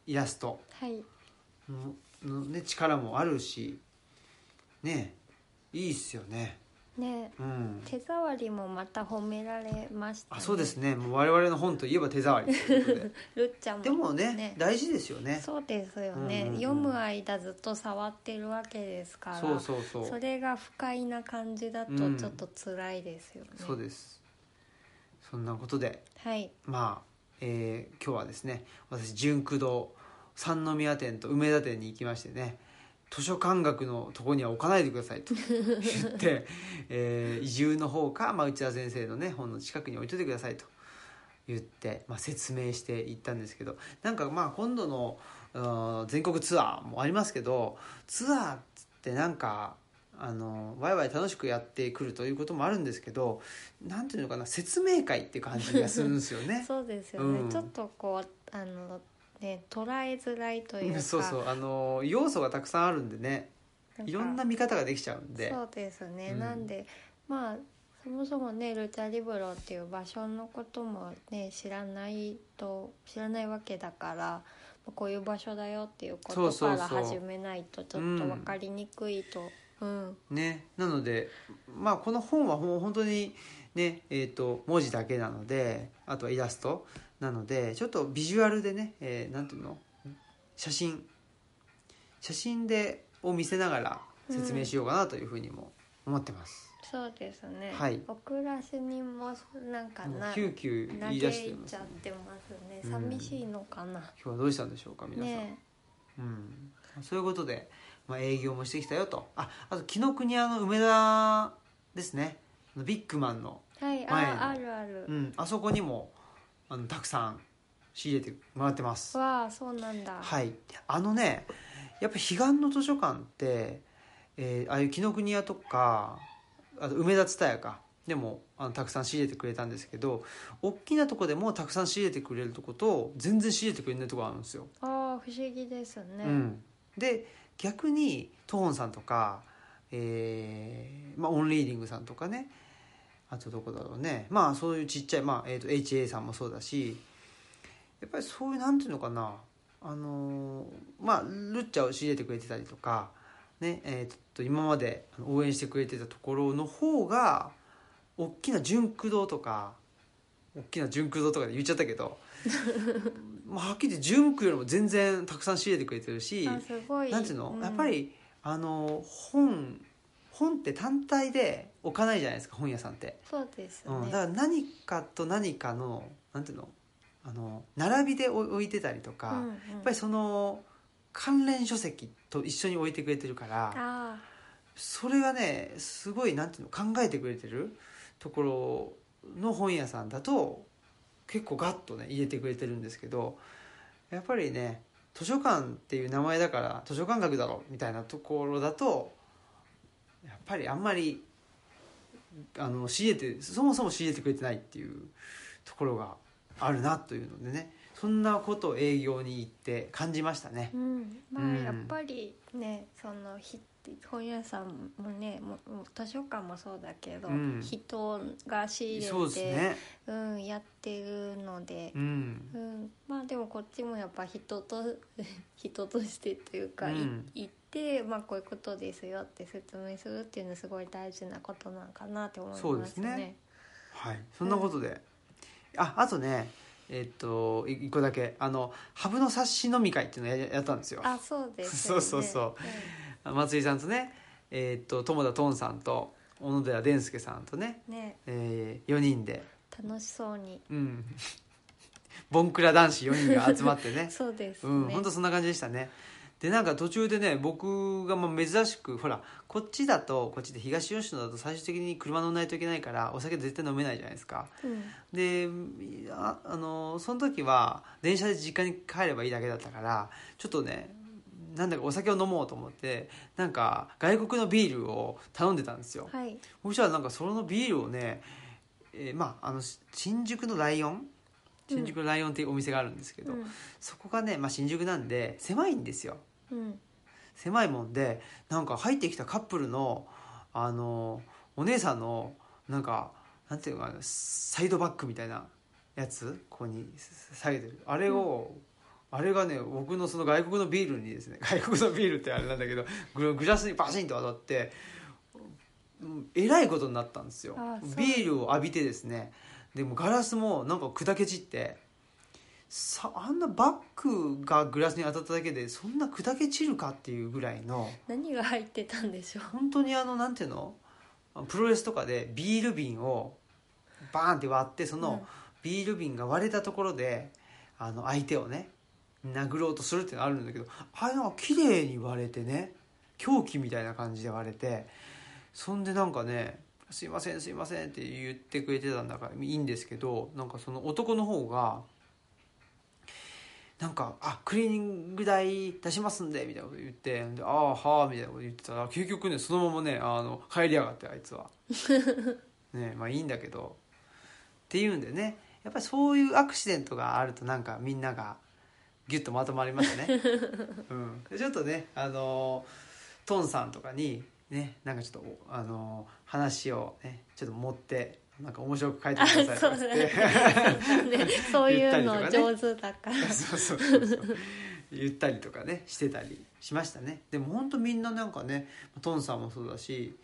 イラストはいのの、ね、力もあるしねいいっすよねねうん手触りもまた褒められました、あそうですねもう我々の本といえば手触りということでるっちゃんもでもね大事ですよねそうですよね、うんうんうん読む間ずっと触ってるわけですからそうそうそうそれが不快な感じだとうんちょっと辛いですよね、そうですそんなことではい。まあ、えー今日はですね私純駆堂三宮店と梅田店に行きましてね図書館学のとこには置かないでくださいと言って、えー移住の方か、まあ、内田先生のね本の近くに置いといてくださいと言って、まあ、説明していったんですけどなんかまあ今度のうん全国ツアーもありますけどツアーってなんかあのワイワイ楽しくやってくるということもあるんですけどなんていうのかな説明会って感じがするんですよね そうですよね、うんちょっとこうあのね捉えづらいというかそうそうあの要素がたくさんあるんでねかいろんな見方ができちゃうんでそうですね、うんなんでまあそもそもねルチャリブロっていう場所のこともね知らないと知らないわけだからまあこういう場所だよっていうこそうとそかうらそう始めないとちょっと分かりにくいとうんねなのでまあこの本はもう本当にねえっ、と文字だけなのであとはイラストなのでちょっとビジュアルでね、えーなんていうの写真写真でを見せながら説明しようかなというふうにも思ってます、そうですね、はいお暮らしにもなんかもうなキュー嘆キュー言いい出してますちゃってますねうん寂しいのかな、今日はどうしたんでしょうか皆さん、ねうん、そういうことで、まあ、営業もしてきたよとああと紀ノ国屋の梅田ですねビッグマンの、は前いのああるある、うん、あそこにもあのたくさん仕入れてもらってますわあそうなんだ、はいあのねやっぱ彼岸の図書館って、えーああいう紀ノ国屋とかあと梅田蔦屋かでもあのたくさん仕入れてくれたんですけど大きなとこでもたくさん仕入れてくれるとこと全然仕入れてくれないとこがあるんですよああ不思議ですね、うん、で逆にトホンさんとか、えーまあ、オンリーディングさんとかねあとどこだろうねまあそういうちっちゃい、まあえー、と HA さんもそうだしやっぱりそういうなんていうのかなあのーまあルッチャを仕入れてくれてたりとか、ねえーちょっと今まであの応援してくれてたところの方が大きな純駆動とか大きな純駆動とかで言っちゃったけ どまあはっきり言って純駆よりも全然たくさん仕入れてくれてるしあすごいなんていうの、やっぱりあの本本って単体で置かないじゃないですか本屋さんって、そうですね、うん、だから何かと何かのなんていうのあの並びで置置いてたりとか、うんうんやっぱりその関連書籍と一緒に置いてくれてるからあそれがねすごいなんていうの考えてくれてるところの本屋さんだと結構ガッとね入れてくれてるんですけどやっぱりね図書館っていう名前だから図書館学だろみたいなところだとやっぱりあんまりあの仕入れてそもそも仕入れてくれてないっていうところがあるなというのでねそんなことを営業に行って感じましたねー。うんまあ、うんやっぱりねそのひ本屋さんもねもも図書館もそうだけど、うん人が仕入れてそうですね、うん、やってるのでう、んうんまあでもこっちもやっぱ人と 人としてというか、いうん行って、まあ、こういうことですよって説明するっていうのはすごい大事なことなのかなって思いますね。そうですねはい、そんなことで、ああとねえっとい一個だけあのハブの冊子飲み会っていうのをややったんですよあそうですよね そうそうそうん松井さんとねえっと友田トンさんと小野寺伝介さんとね、ねえ4人で楽しそうにうん ボンクラ男子4人が集まってね そうですうんね、本当そんな感じでしたねでなんか途中でね僕がまあ珍しくほらこっちだとこっちで東吉野だと最終的に車乗らないといけないからお酒絶対飲めないじゃないですかうんでああのその時は電車で実家に帰ればいいだけだったからちょっとねなんだかお酒を飲もうと思ってなんか外国のビールを頼んでたんですよ、はいそしたらなんかそのビールをね、えーまああのし新宿のライオン新宿のライオンっていうお店があるんですけど、そこがね、まあ、新宿なんで狭いんですようん、うん、狭いもんでなんか入ってきたカップルのあのお姉さんのなんかなんていうのかなサイドバッグみたいなやつここに下げてるあれを、あれがね僕のその外国のビールにですね 外国のビールってあれなんだけどググラスにバシンと当たってうんえらいことになったんですよあそうビールを浴びてですねでもガラスもなんか砕け散ってさあんなバッグがグラスに当たっただけでそんな砕け散るかっていうぐらいの何が入ってたんでしょう本当にあのなんていうのプロレスとかでビール瓶をバーンって割ってそうんのビール瓶が割れたところであの相手をね殴ろうとするっていうのがあるんだけどあれなんか綺麗に割れてね凶器みたいな感じで割れてそんでなんかね「すいませんすいません」って言ってくれてたんだからいいんですけどなんかその男の方がなんか「あクリーニング代出しますんで」みたいなこと言って「でああはあ」みたいなこと言ってたら結局ねそのままねあの帰りやがってあいつは。ねまあいいんだけどっていうんでねやっぱりそういうアクシデントがあるとなんかみんながギュッとまとまりますね。うん、でちょっとねあのートンさんとかにねなんかちょっとおあのー話をねちょっと持ってなんか面白く書いてくださいとかっつっあて。 ねそういうの上手だから、そうそうそうそう言ったりとかねしてたりしましたねでもほんとみんななんかねトンさんもそうだし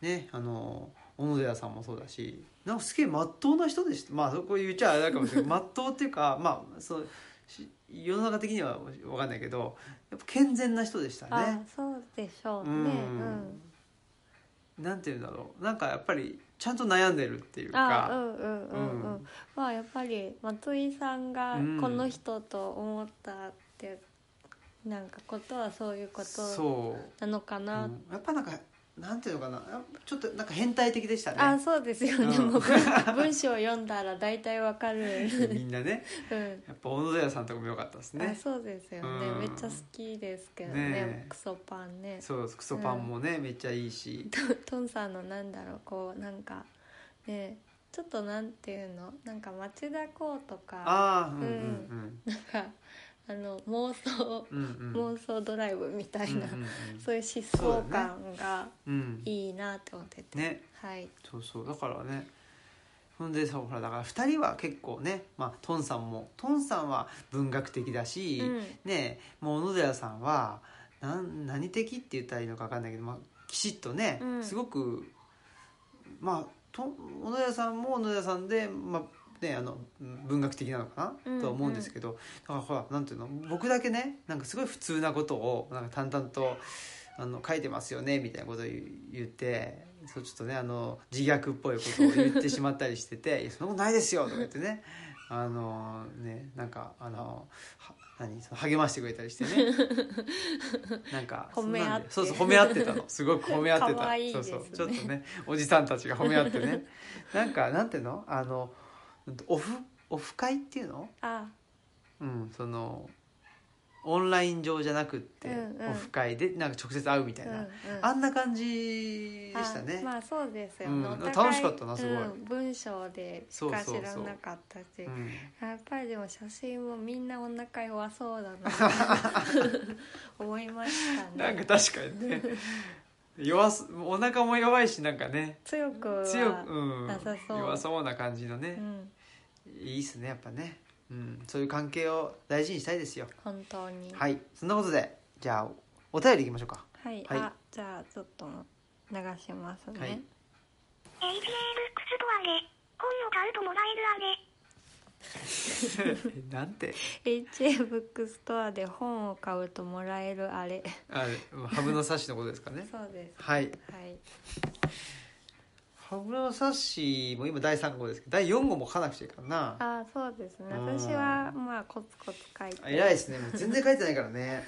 ねあの小野寺さんもそうだしなんかすげえまっとうな人でしたまあそこ言っちゃあれだかもしれ ないまっとうっていうかまあそうし世の中的には分かんないけどやっぱ健全な人でしたあね。そうでしょうねうんうんなんて言うんだろうなんかやっぱりちゃんと悩んでるっていうあか。うんうんうんうん、うんまあやっぱり松井さんがうんこの人と思ったって、なんかことはそういうことそうなのかな、うんやっぱなんかなんていうのかなやっぱちょっとなんか変態的でしたねあそうですよね、うんもう文 文章を読んだら大体わかる、みんなねうんやっぱ小野寺さんとかも良かったですあねそうですよね、うんめっちゃ好きですけどねねえクソパンねそうクソパンもね、めっちゃいいしトトンさんのなんだろうこうなんかねちょっとなんていうのなんか町田こうとかああうんううんんなんかあの妄想うんうんうん妄想ドライブみたいな、うんうんそういう疾走感がうんうんいいなって思ってて、ねはいそうそうだからねほんでさほらだから2人は結構ね、まあ、トンさんもトンさんは文学的だし、うんねもう小野寺さんはなん何的って言ったらいいのか分かんないけど、まあ、きちっとね、うんすごくまあと小野寺さんも小野寺さんで、まあね、あの文学的なのかな、うんとは思うんですけどだからほらなんていうの僕だけねなんかすごい普通なことをなんか淡々とあの書いてますよねみたいなことを言言ってそうちょっとねあの自虐っぽいことを言ってしまったりしてて「い やそんなことないですよ」とか言ってねあのねなんかあのは何その励ましてくれたりしてね なんか褒め合ってそんなんでそうそう褒め合ってたのすごく褒め合ってた可愛いそうですそねうちょっとねおじさんたちが褒め合って ねなんかなんていうのあのオフオフ会っていうのあうん、そのオンライン上じゃなくって、うんうんオフ会でなんか直接会うみたいうんうな、んあんな感じでしたねあ。まあそうですよね、うんお互い楽しかったなすごいうん文章でしか知らなかったしうん、やっぱりでも写真もみんなお腹弱そうだな 思いましたねなんか確かにね弱すお腹も弱いしなんかね強くは強く、うんなさそう弱そうな感じのうね、んいいっすねやっぱね、うん、そういう関係を大事にしたいですよ。本当にはいそんなことでじゃあお便りいきましょうか。はいはいあじゃあちょっと流しますね、はいエイジエルクストアで本を買うともらえるあ れなんて HA ブックストアで本を買うともらえるあれあハブの冊子のことですかね。そうですはいはいハブの冊子も今第3号ですけど第4号も書かなくちゃいかんな。あそうですねうん私はまあコツコツ書い偉いてですねもう全然書いてないからね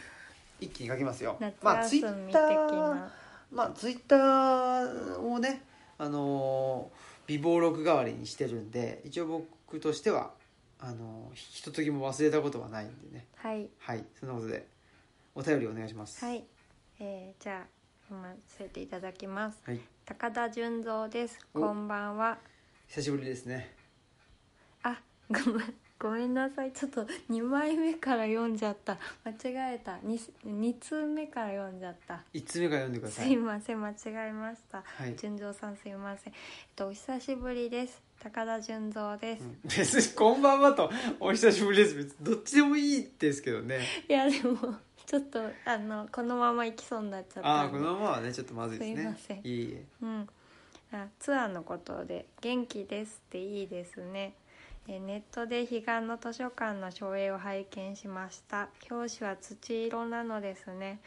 一気に書きますよ夏まあツ休イみ的ッターな、まあツイッターをねあのー備忘録代わりにしてるんで一応僕としてはあのーひとときも忘れたことはないんでねはいはいそんなことでお便りお願いしますはい、えー、じゃあ読ませていただきますはい、高田純三ですおこんばんは久しぶりですねあごめんごめんなさいちょっと2枚目から読んじゃった間違えた 2, 二通目から読んじゃった1通目から読んでくだすさいいません間違えましたはい、純三さんすいませんえっとお久しぶりです高田純三です、うん別に「こんばんは」と「お久しぶりです」別にどっちでもいいですけどねいやでもちょっとあのこのまま行きそうになっちゃったああんこでのままはねちょっとまずいですねすいませんいえいえうん、あツアーのことで「元気です」っていいですねえネットで彼岸の図書館の書影を拝見しました表紙は土色なのですね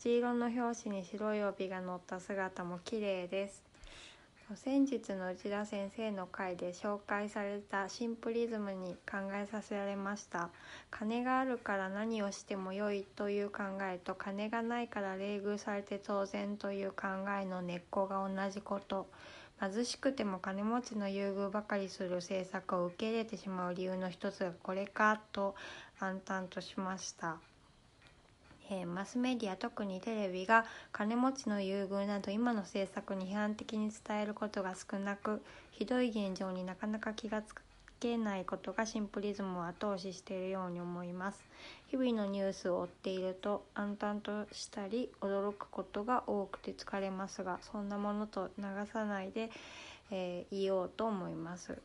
土色の表紙に白い帯が乗った姿も綺麗です先日の内田先生の回で紹介されたシンプリズムに考えさせられました金があるから何をしても良いという考えと金がないから冷遇されて当然という考えの根っこが同じこと貧しくても金持ちの優遇ばかりする政策を受け入れてしまう理由の一つがこれかと暗淡としましたえーマスメディア特にテレビが金持ちの優遇など今の政策に批判的に伝えることが少なくひどい現状になかなか気がつけないことがシンプリズムを後押ししているように思います日々のニュースを追っていると暗淡としたり驚くことが多くて疲れますがそんなものと流さないで、えーいようと思います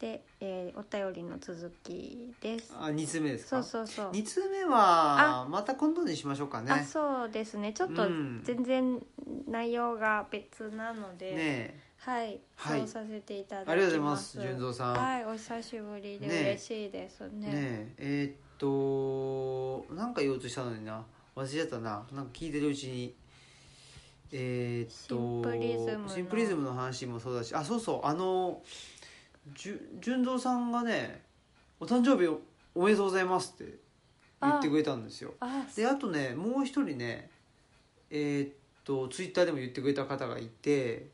で、えーお便りの続きですあ2通目ですそかうそうそう2通目はまた今度にしましょうかねあそうですねちょっとうん全然内容が別なので、ねえはい、はいそうさせていただきますありがとうございます純三さんはいお久しぶりでねえ嬉しいですねねええーっとなんか言おうとしたのにな忘れちゃったななんか聞いてるうちにえーっとシンプリズムのシンプリズムの話もそうだしあそうそうあのじゅ純三さんがね「お誕生日おおめでとうございます」って言ってくれたんですよあであとねもう一人ねえーっとツイッターでも言ってくれた方がいて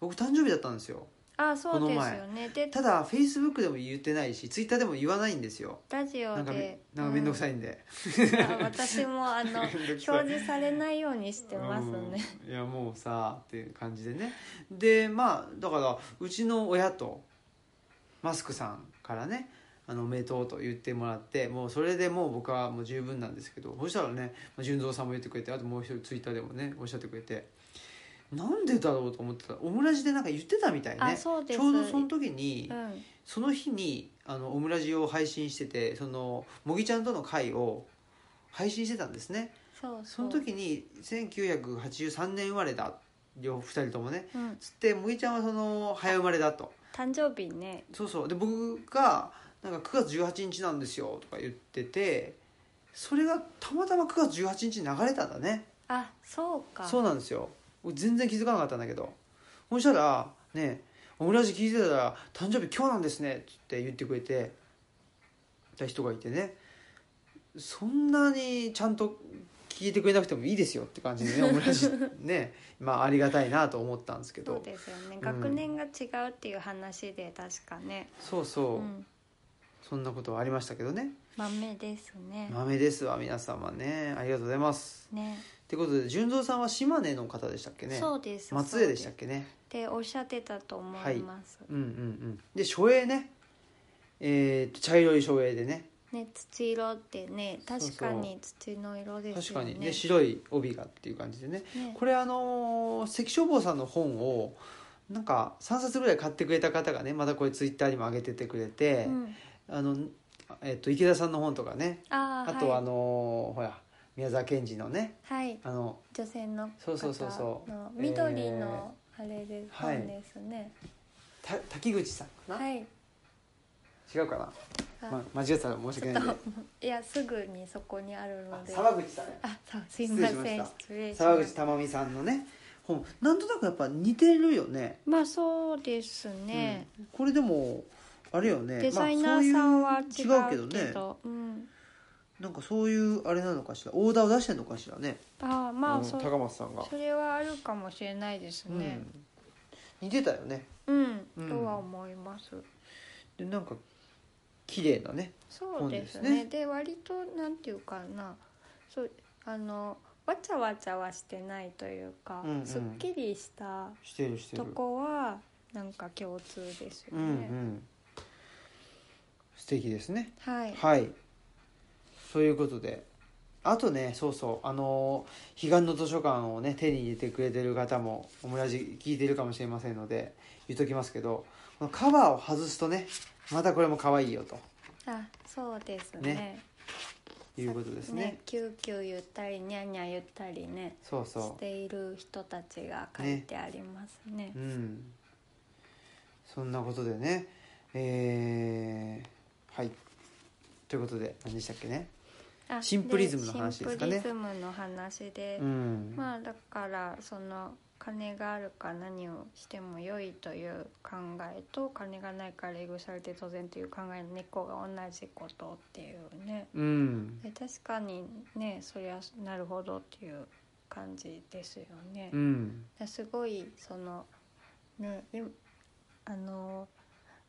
僕誕生日だったんですよあそうですよねでただフェイスブックでも言ってないしツイッターでも言わないんですよラジなオんかめでなんか面倒くさい、いんで、うんあ私も あのめんどく表さい示されないようにしてますね、うんいやもうさっていう感じでねでまあだからうちの親とマスクさんからね「あのおめでとう」と言ってもらってもうそれでもう僕はもう十分なんですけどそしたらねまあ純三さんも言ってくれてあともう一人ツイッターでもねおっしゃってくれてなんでだろうと思ってたオムラジでなんか言ってたみたいあねそうですちょうどその時に、うんその日にあのオムラジを配信しててそのもぎちゃんとの会を配信してたんですねそうそうその時に1983年生まれだ両2人ともねうん、つってもぎちゃんはその早生まれだと誕生日ねそうそうで僕がなんか9月18日なんですよとか言っててそれがたまたま9月18日に流れたんだねあそうかそうなんですよ俺全然気づかなかったんだけどそしたら「ねオムラジ聞いてたら誕生日今日なんですね」っつって言ってくれてた人がいてねそんなにちゃんと聞いてくれなくてもいいですよって感じ でねオムラジねまあありがたいなと思ったんですけそうどですよねん学年が違うっていう話で確かね、そうそう、うん、そんなことはありましたけどね豆ですね豆ですわ皆様ねありがとうございますねってことで純三さんは島根の方でしたっけねそうです松江でしたっけねそうですっておっしゃってたと思います、うんうんうんで初影ねえー、と茶色い初影でねね土色ってねそうそう確かに土の色で確すよかねにね白い帯がっていう感じでねねこれあのー関消防さんの本をなんか3冊ぐらい買ってくれた方がねまたこれツイッターにも上げててくれて、うん、あの、えっと池田さんの本とかねあああとはあい、のーほら宮沢賢治のねはい、あの女性のそうそうそうそう方の緑のあれで、はい本ですねた滝口さんかな、はい、違うかな、あま、間違ってたら申しちょ訳っなといんでいやすぐにそこにあるあので沢口さんねあそうすいません失礼しま沢口したまみさんのね本なんとなくやっぱ似てるよねまあそうですね、うんこれでもあれよねデザイナーさんは違うけど,、まあそういう違うけどねうん、なんかそういうあれなのかしらオーダーを出してんのかしらね、ああまうあんそ,、高松さんが、それはあるかもしれないですうんね似てたよねうん、うんとは思いますでなんか綺麗なねそうです本ですねで割となんていうかなそうあのわちゃわちゃはしてないというか、うんうんすっきりしたしてるしてとるこはなんか共通ですようね、んうん素敵ですねはいはいということであとねそうそうあのー彼岸の図書館をね手に入れてくれてる方もオムラジ聞いてるかもしれませんので言っときますけどこのカバーを外すとねまたこれも可愛いよとあそうですねねいうことですねねキューキュー言ったりニャーニャー言ったりねそうしそている人たちが書いてありますねううんそんなことでねえー、はいということで何でしたっけねあシンプリズムの話ですかねシンプリズムの話で、うんまあだからその金があるか何をしても良いという考えと金がないから優遇されて当然という考えの猫が同じことっていうねうんで確かにねそりゃなるほどっていう感じですよね。うんだすごいそのねいあの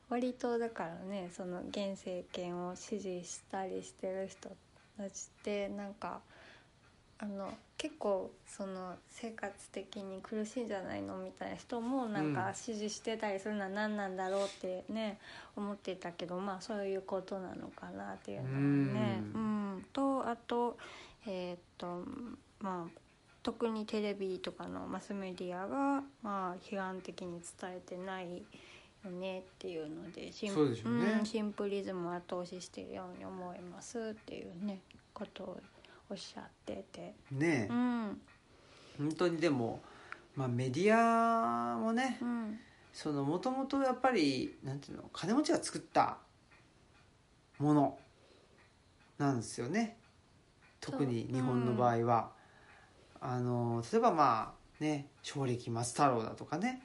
割とだからねその現政権を支持したりしてる人たちってなんかあの結構その生活的に苦しいんじゃないのみたいな人もなんうんか支持してたりするのは何なんだろうってね思ってたけどまあそういうことなのかなっていうのはね。ううんんとあとえーっとまあ特にテレビとかのマスメディアが、まあ、批判的に伝えてないよねっていうのでシンそうでしょうねんシンプリズムを後押ししているように思いますっていうねことをおっしゃってて。ねえうん本当にでも、まあ、メディアもねうんそのもともとやっぱりなんていうの金持ちが作ったものなんですよね特に日本の場合は、あの例えばまあね正暦松太郎だとかね、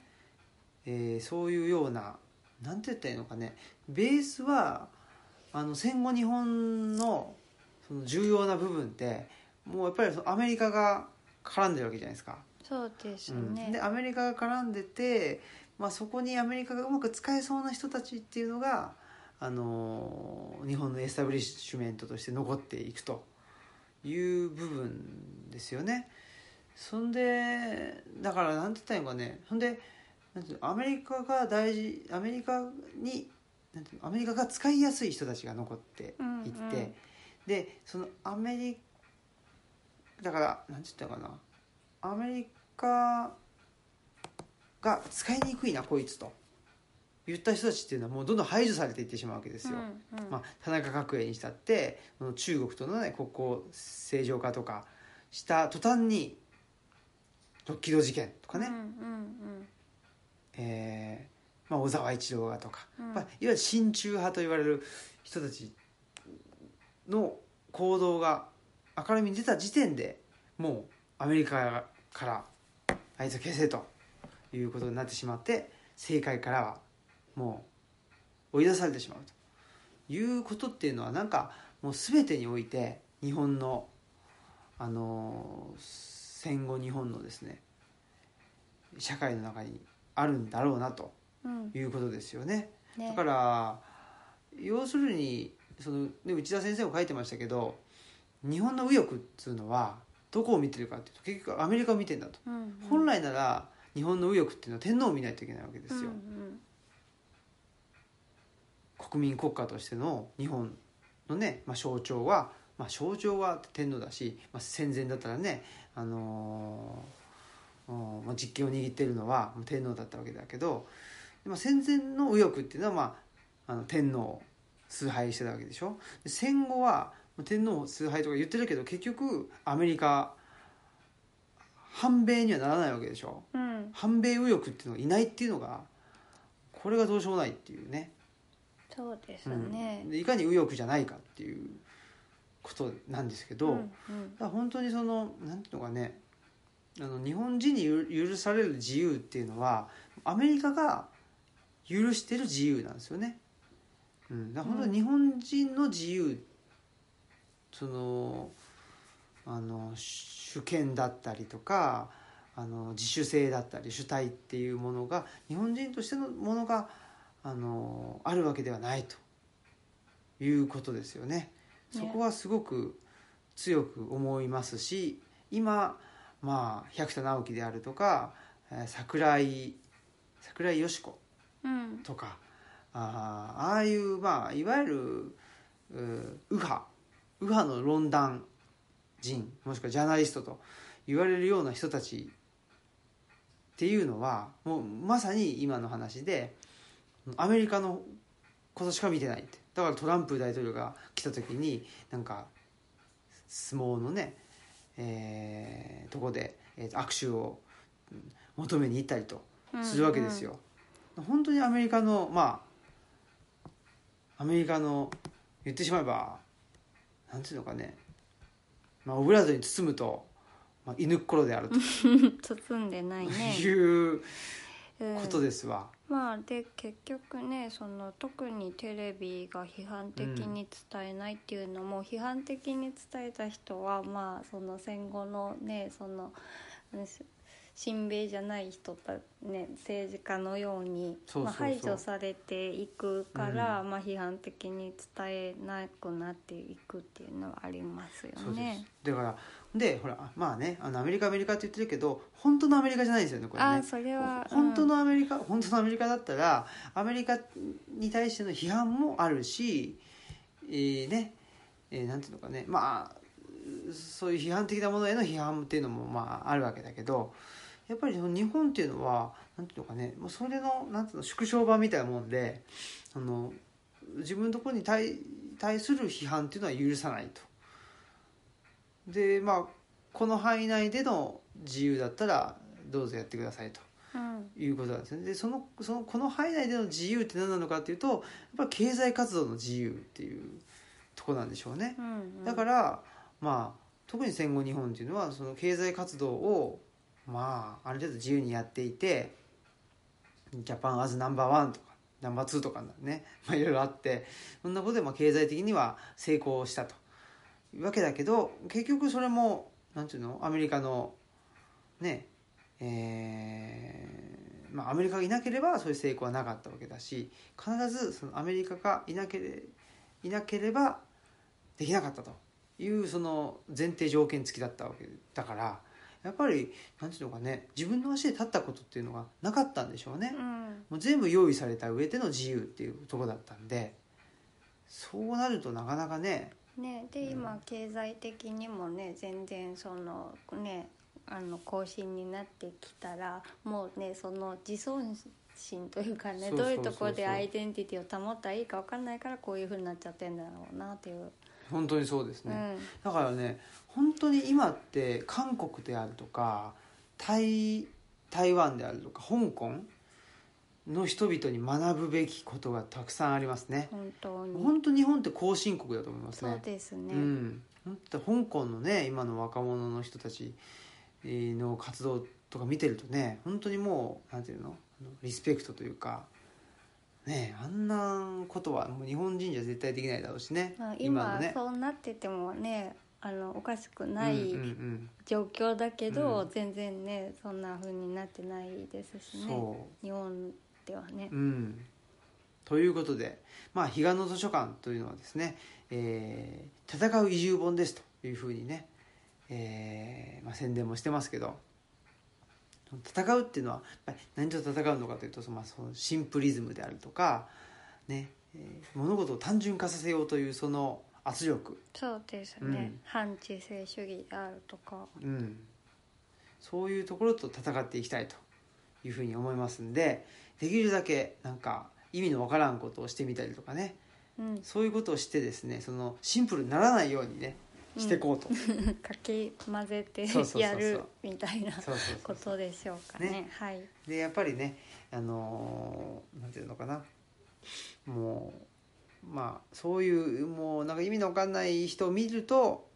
えーそういうようななんて言ったらいいのかねベースはあの戦後日本のその重要な部分ってもうやっぱりそのアメリカが絡んでるわけじゃないですか。そうですうんでね。アメリカが絡んでて、まあ、そこにアメリカがうまく使えそうな人たちっていうのが、あのー日本のエスタブリッシュメントとして残っていくという部分ですよね。そんでだからなんて言ったらいいのかねそんでなんていうのアメリカが大事アメリカになんていうのアメリカが使いやすい人たちが残っていって、うんうんでそのアメリだからなんて言ったかなアメリカが使いにくいなこいつと言った人たちっていうのはもうどんどん排除されていってしまうわけですよ。うんうんまあ、田中角栄にしたってその中国との、ね、国交正常化とかした途端に六キロ事件とかね、うんうんえーまあ、小沢一郎がとか、うまんあ、いわゆる親中派と言われる人たちの行動が明るみに出た時点でもうアメリカからあいつを消せということになってしまって政界からはもう追い出されてしまうということっていうのはなんかもう全てにおいて日本の、あのー戦後日本のですね社会の中にあるんだろうなとうんうんいうことですよね。ねだから要するにその、ね、内田先生も書いてましたけど日本の右翼っていうのはどこを見てるかっていうと結局アメリカを見てんだと。うんうん本来なら日本の右翼っていうのは天皇を見ないといけないわけですよ。うん国民国家としての日本のね、まあ、象徴は、まあ、象徴は天皇だし、まあ、戦前だったらね、あのーうんまあ、実権を握っているのは天皇だったわけだけど、まあ、戦前の右翼っていうのは、まあ、あの天皇を崇拝してたわけでしょで戦後は天皇を崇拝とか言ってるけど結局アメリカ反米にはならないわけでしょうんうん反米右翼っていうのがいないっていうのがこれがどうしようもないっていうねそうですうねん、。でいかに右翼じゃないかっていうことなんですけど、うだかんうんら本当にそのなんていうのかねあの日本人にゆ許される自由っていうのはアメリカが許してる自由なんですよね。うん、だから本当に日本人の自由、そのあの主権だったりとかあの自主性だったり主体っていうものが日本人としてのものがあのあるわけではないということですよね。ねそこはすごく強く思いますし今、まあ、百田直樹であるとかえー桜井桜井よし子うんとかあーああいう、まあ、いわゆるうー右派右派の論壇人もしくはジャーナリストと言われるような人たちっていうのはもうまさに今の話でアメリカのことしか見てないってだからトランプ大統領が来た時になんか相撲のね、えーとこで、えー握手をうん求めに行ったりとうんするわけですよ。本当にアメリカのまあアメリカの言ってしまえばなんていうのかね、まあ、オブラートに包むとまあ、犬っころであると包んでない ね。いううんことですわ。まあで結局ねその特にテレビが批判的に伝えないっていうのも、批判的に伝えた人はまあその戦後のねそのうんし親米じゃない人たね政治家のようにそうそうそうまあ、排除されていくから、まあ批判的に伝えなくなっていくっていうのはありますよそうですね。だからでほらあまあねあのアメリカアメリカって言ってるけど本当のアメリカじゃないんですよねこれねあーそれはほ本当のアメリカ、本当のアメリカだったらアメリカに対しての批判もあるし、えーね、えーなんていうのかねまあうそういう批判的なものへの批判っていうのもまああるわけだけどやっぱりその日本っていうのはなんていうのかねもうそれのなんていうの縮小版みたいなもんであの自分のところに対対する批判っていうのは許さないと。でまあこの範囲内での自由だったらどうぞやってくださいとうんいうことなんですよね。でそのそのこの範囲内での自由って何なのかっていうとやっぱり経済活動の自由っていうとこなんでしょうね。うんうんだからまあ特に戦後日本っていうのはその経済活動をまあある程度自由にやっていてジャパンアズナンバーワンとかナンバーツーとかね、 まあ、いろいろあってそんなことでまあ経済的には成功したというわけだけど結局それもなんていうのアメリカのねえーまあ、アメリカがいなければそういう成功はなかったわけだし必ずそのアメリカがいなけれいなければできなかったというその前提条件付きだったわけだからやっぱり何ていうのかね自分の足で立ったことっていうのがなかったんでしょうね。うんもう全部用意された上での自由っていうとこだったんでそうなるとなかなかねね、で今経済的にもね全然そのねあの更新になってきたらもうねその自尊心というかそねうそうどうそういそううところでアイデンティティを保ったらいいか分かんないからこういうふうになっちゃってんだろうなっていう、本当にそうですね。だからね本当に今って韓国であるとか台台湾であるとか香港の人々に学ぶべきことがたくさんありますねうん、本当に本当日本って後進国だと思いますそうねですね、うん、本当香港のね今の若者の人たちえーの活動とか見てるとね本当にもうなんていうのあのリスペクトというかねあんなことはもう日本人じゃ絶対できないだろうしねまあ、今今のね。そうなっててもねあのおかしくうんなうんういん状況だけど、うん全然ねそんなふうになってないですしねそう日本ではね。うん、ということで、まあ、彼岸の図書館というのはですね「えー戦う移住本です」というふうにね、えーまあ、宣伝もしてますけど戦うっていうのはやっぱり何と戦うのかというとそのまあそのシンプリズムであるとか、ねえー物事を単純化させようというその圧力、そうですね、うん反知性主義であるとかうん、そういうところと戦っていきたいというふうに思いますんでできるだけなんか意味のわからんことをしてみたりとかねうんそういうことをしてですねそのシンプルにならないようにねしていこうと、かき混ぜてそうそうそうそうやるみたいなそうそうそこ うとでしょうかねねはいでやっぱりねあのーなんていうのかなもうまあそういうもうなんか意味のわかんない人を見ると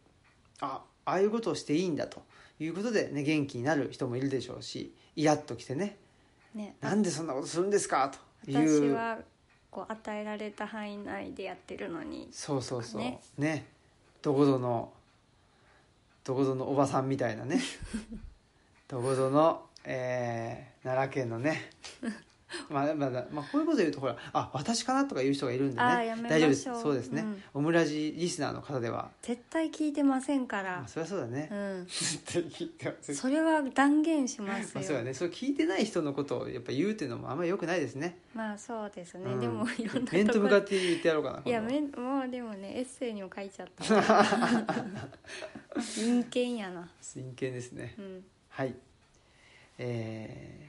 あああいうことをしていいんだということで、ね、元気になる人もいるでしょうしイラッときてねねあなんでそんなことするんですかという私はこう与えられた範囲内でやってるのにそうそうそうねねどこぞのどこぞのおばさんみたいな ねどこぞの、えー奈良県のねまあまだ、まあ、こういうこと言うとほらあ私かなとか言う人がいるんであーやねめましょう大丈夫ですそうですね、うんオムラジリスナーの方では、絶対聞いてませんかまらあ、そりゃそうだね、 うん絶対聞いてますそれは断言しますよ、まあ、そうだねそれ聞いてない人のことをやっぱ言うっていうのもあんまり良くないですねまあそうですね、うんでもいろんな面ととこ向かっろて言ってやろうかな今い度やめんもうでもねエッセイにも書いち ゃったわ陰険やな真剣ですねうんはい。え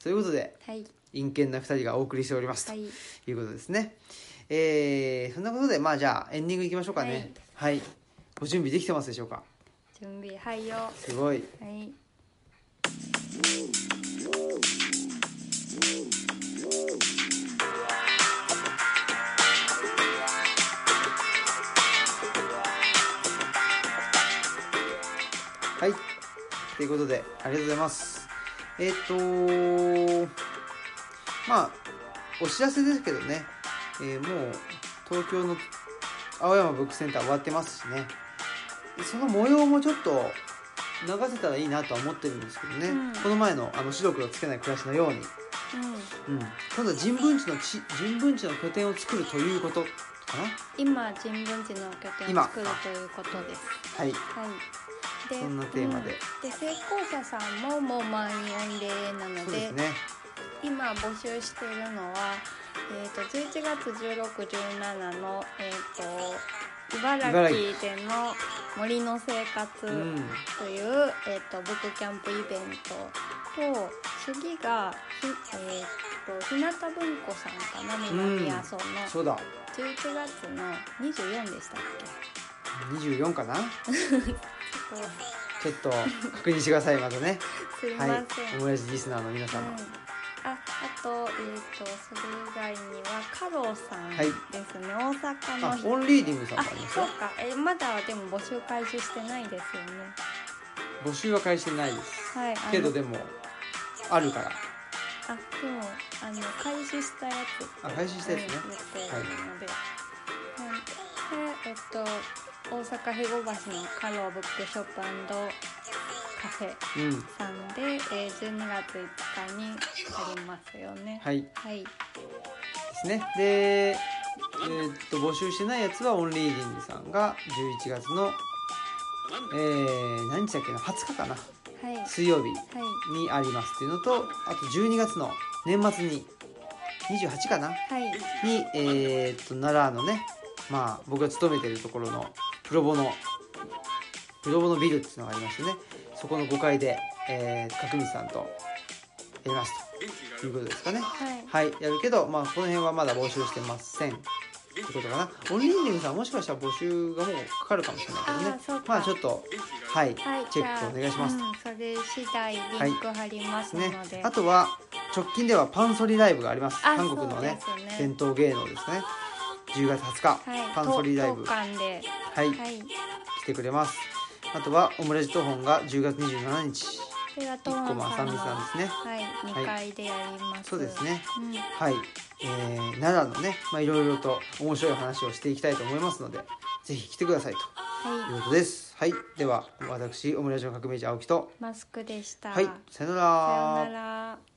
ー、ということで、はい陰険な二人がお送りしております、はいということですね。えー、そんなことで、まあじゃあエンディングいきましょうかね。はい。ご準備できてますでしょうか準備はいよすごい。はいはい。ということでありがとうございますえっ、とまあお知らせですけどね、えーもう東京の青山ブックセンター終わってますしねその模様もちょっと流せたらいいなとは思ってるんですけどね、うんこの前のあの白黒つけない暮らしのように、うん、今度は人文地の地人文地の拠点を作るということか今人文字の拠点を作るということですなはいはいでそんなテーマでうんで成功者さんももう満員御礼なそうのでですね今募集しているのは、えー、と11月1617の、えー、と茨茨城での森の生活、うんという、えー、とブックキャンプイベントと次がひ、えー、と日向文庫さんかな南阿蘇のそうだ11月の24でしたっ24かなけちょっちょっと確認してくださいまたねとすいまはせいん、オムラジリスナーの皆うん様、ああと,、えー、とそれ以外にはカロウさんはいですね、大阪のあ人オンリーディングさんあもありますそうよかえまだでも募集開始してないですよね募集は開始してないですはいあのけどでもあるからあでもあの開始したやつあ開始したやつねうん言っているので、はいでえっと大阪肥後橋のカローブックショップカフェうんさんで、えー、12月5日にありますよねはいではい、すねでえーっと募集してないやつはオンリーディングさんが11月のえー、何日だっけな20日かなはいはい水曜日にありますっていうのとあと12月の年末に28かなはいに、えーっと奈良のね、まあ、僕が勤めてるところのプロボのプロボのビルっていうのがありましてねそこの5階で、えー、角道さんとやりますということですかねはいはいやるけど、まあ、この辺はまだ募集してませんってことかなオンリーディングさんもしかしたら募集がもうかかるかもしれないけどあねーそうかまあちょっとはい、はいチェックお願いしますじゃあうん、それ次第リンク貼りますので、ね、あとは直近ではパンソリライブがありますあ韓国のねそうですね伝統芸能ですね10月20日、はいパンソリライブ当館ではい、はい来てくれますあとはオムラジト本が10月27日それは一ト個マンもあささんみのさんですねはい、2階でやります。そうですねうん。ははい、えー、奈良のねまあいろいろと面白い話をしていきたいと思いますのでぜひ来てくださいというい、ことですはいでは私オムラジの革命児青木とマスクでした。はいささよよなうなら。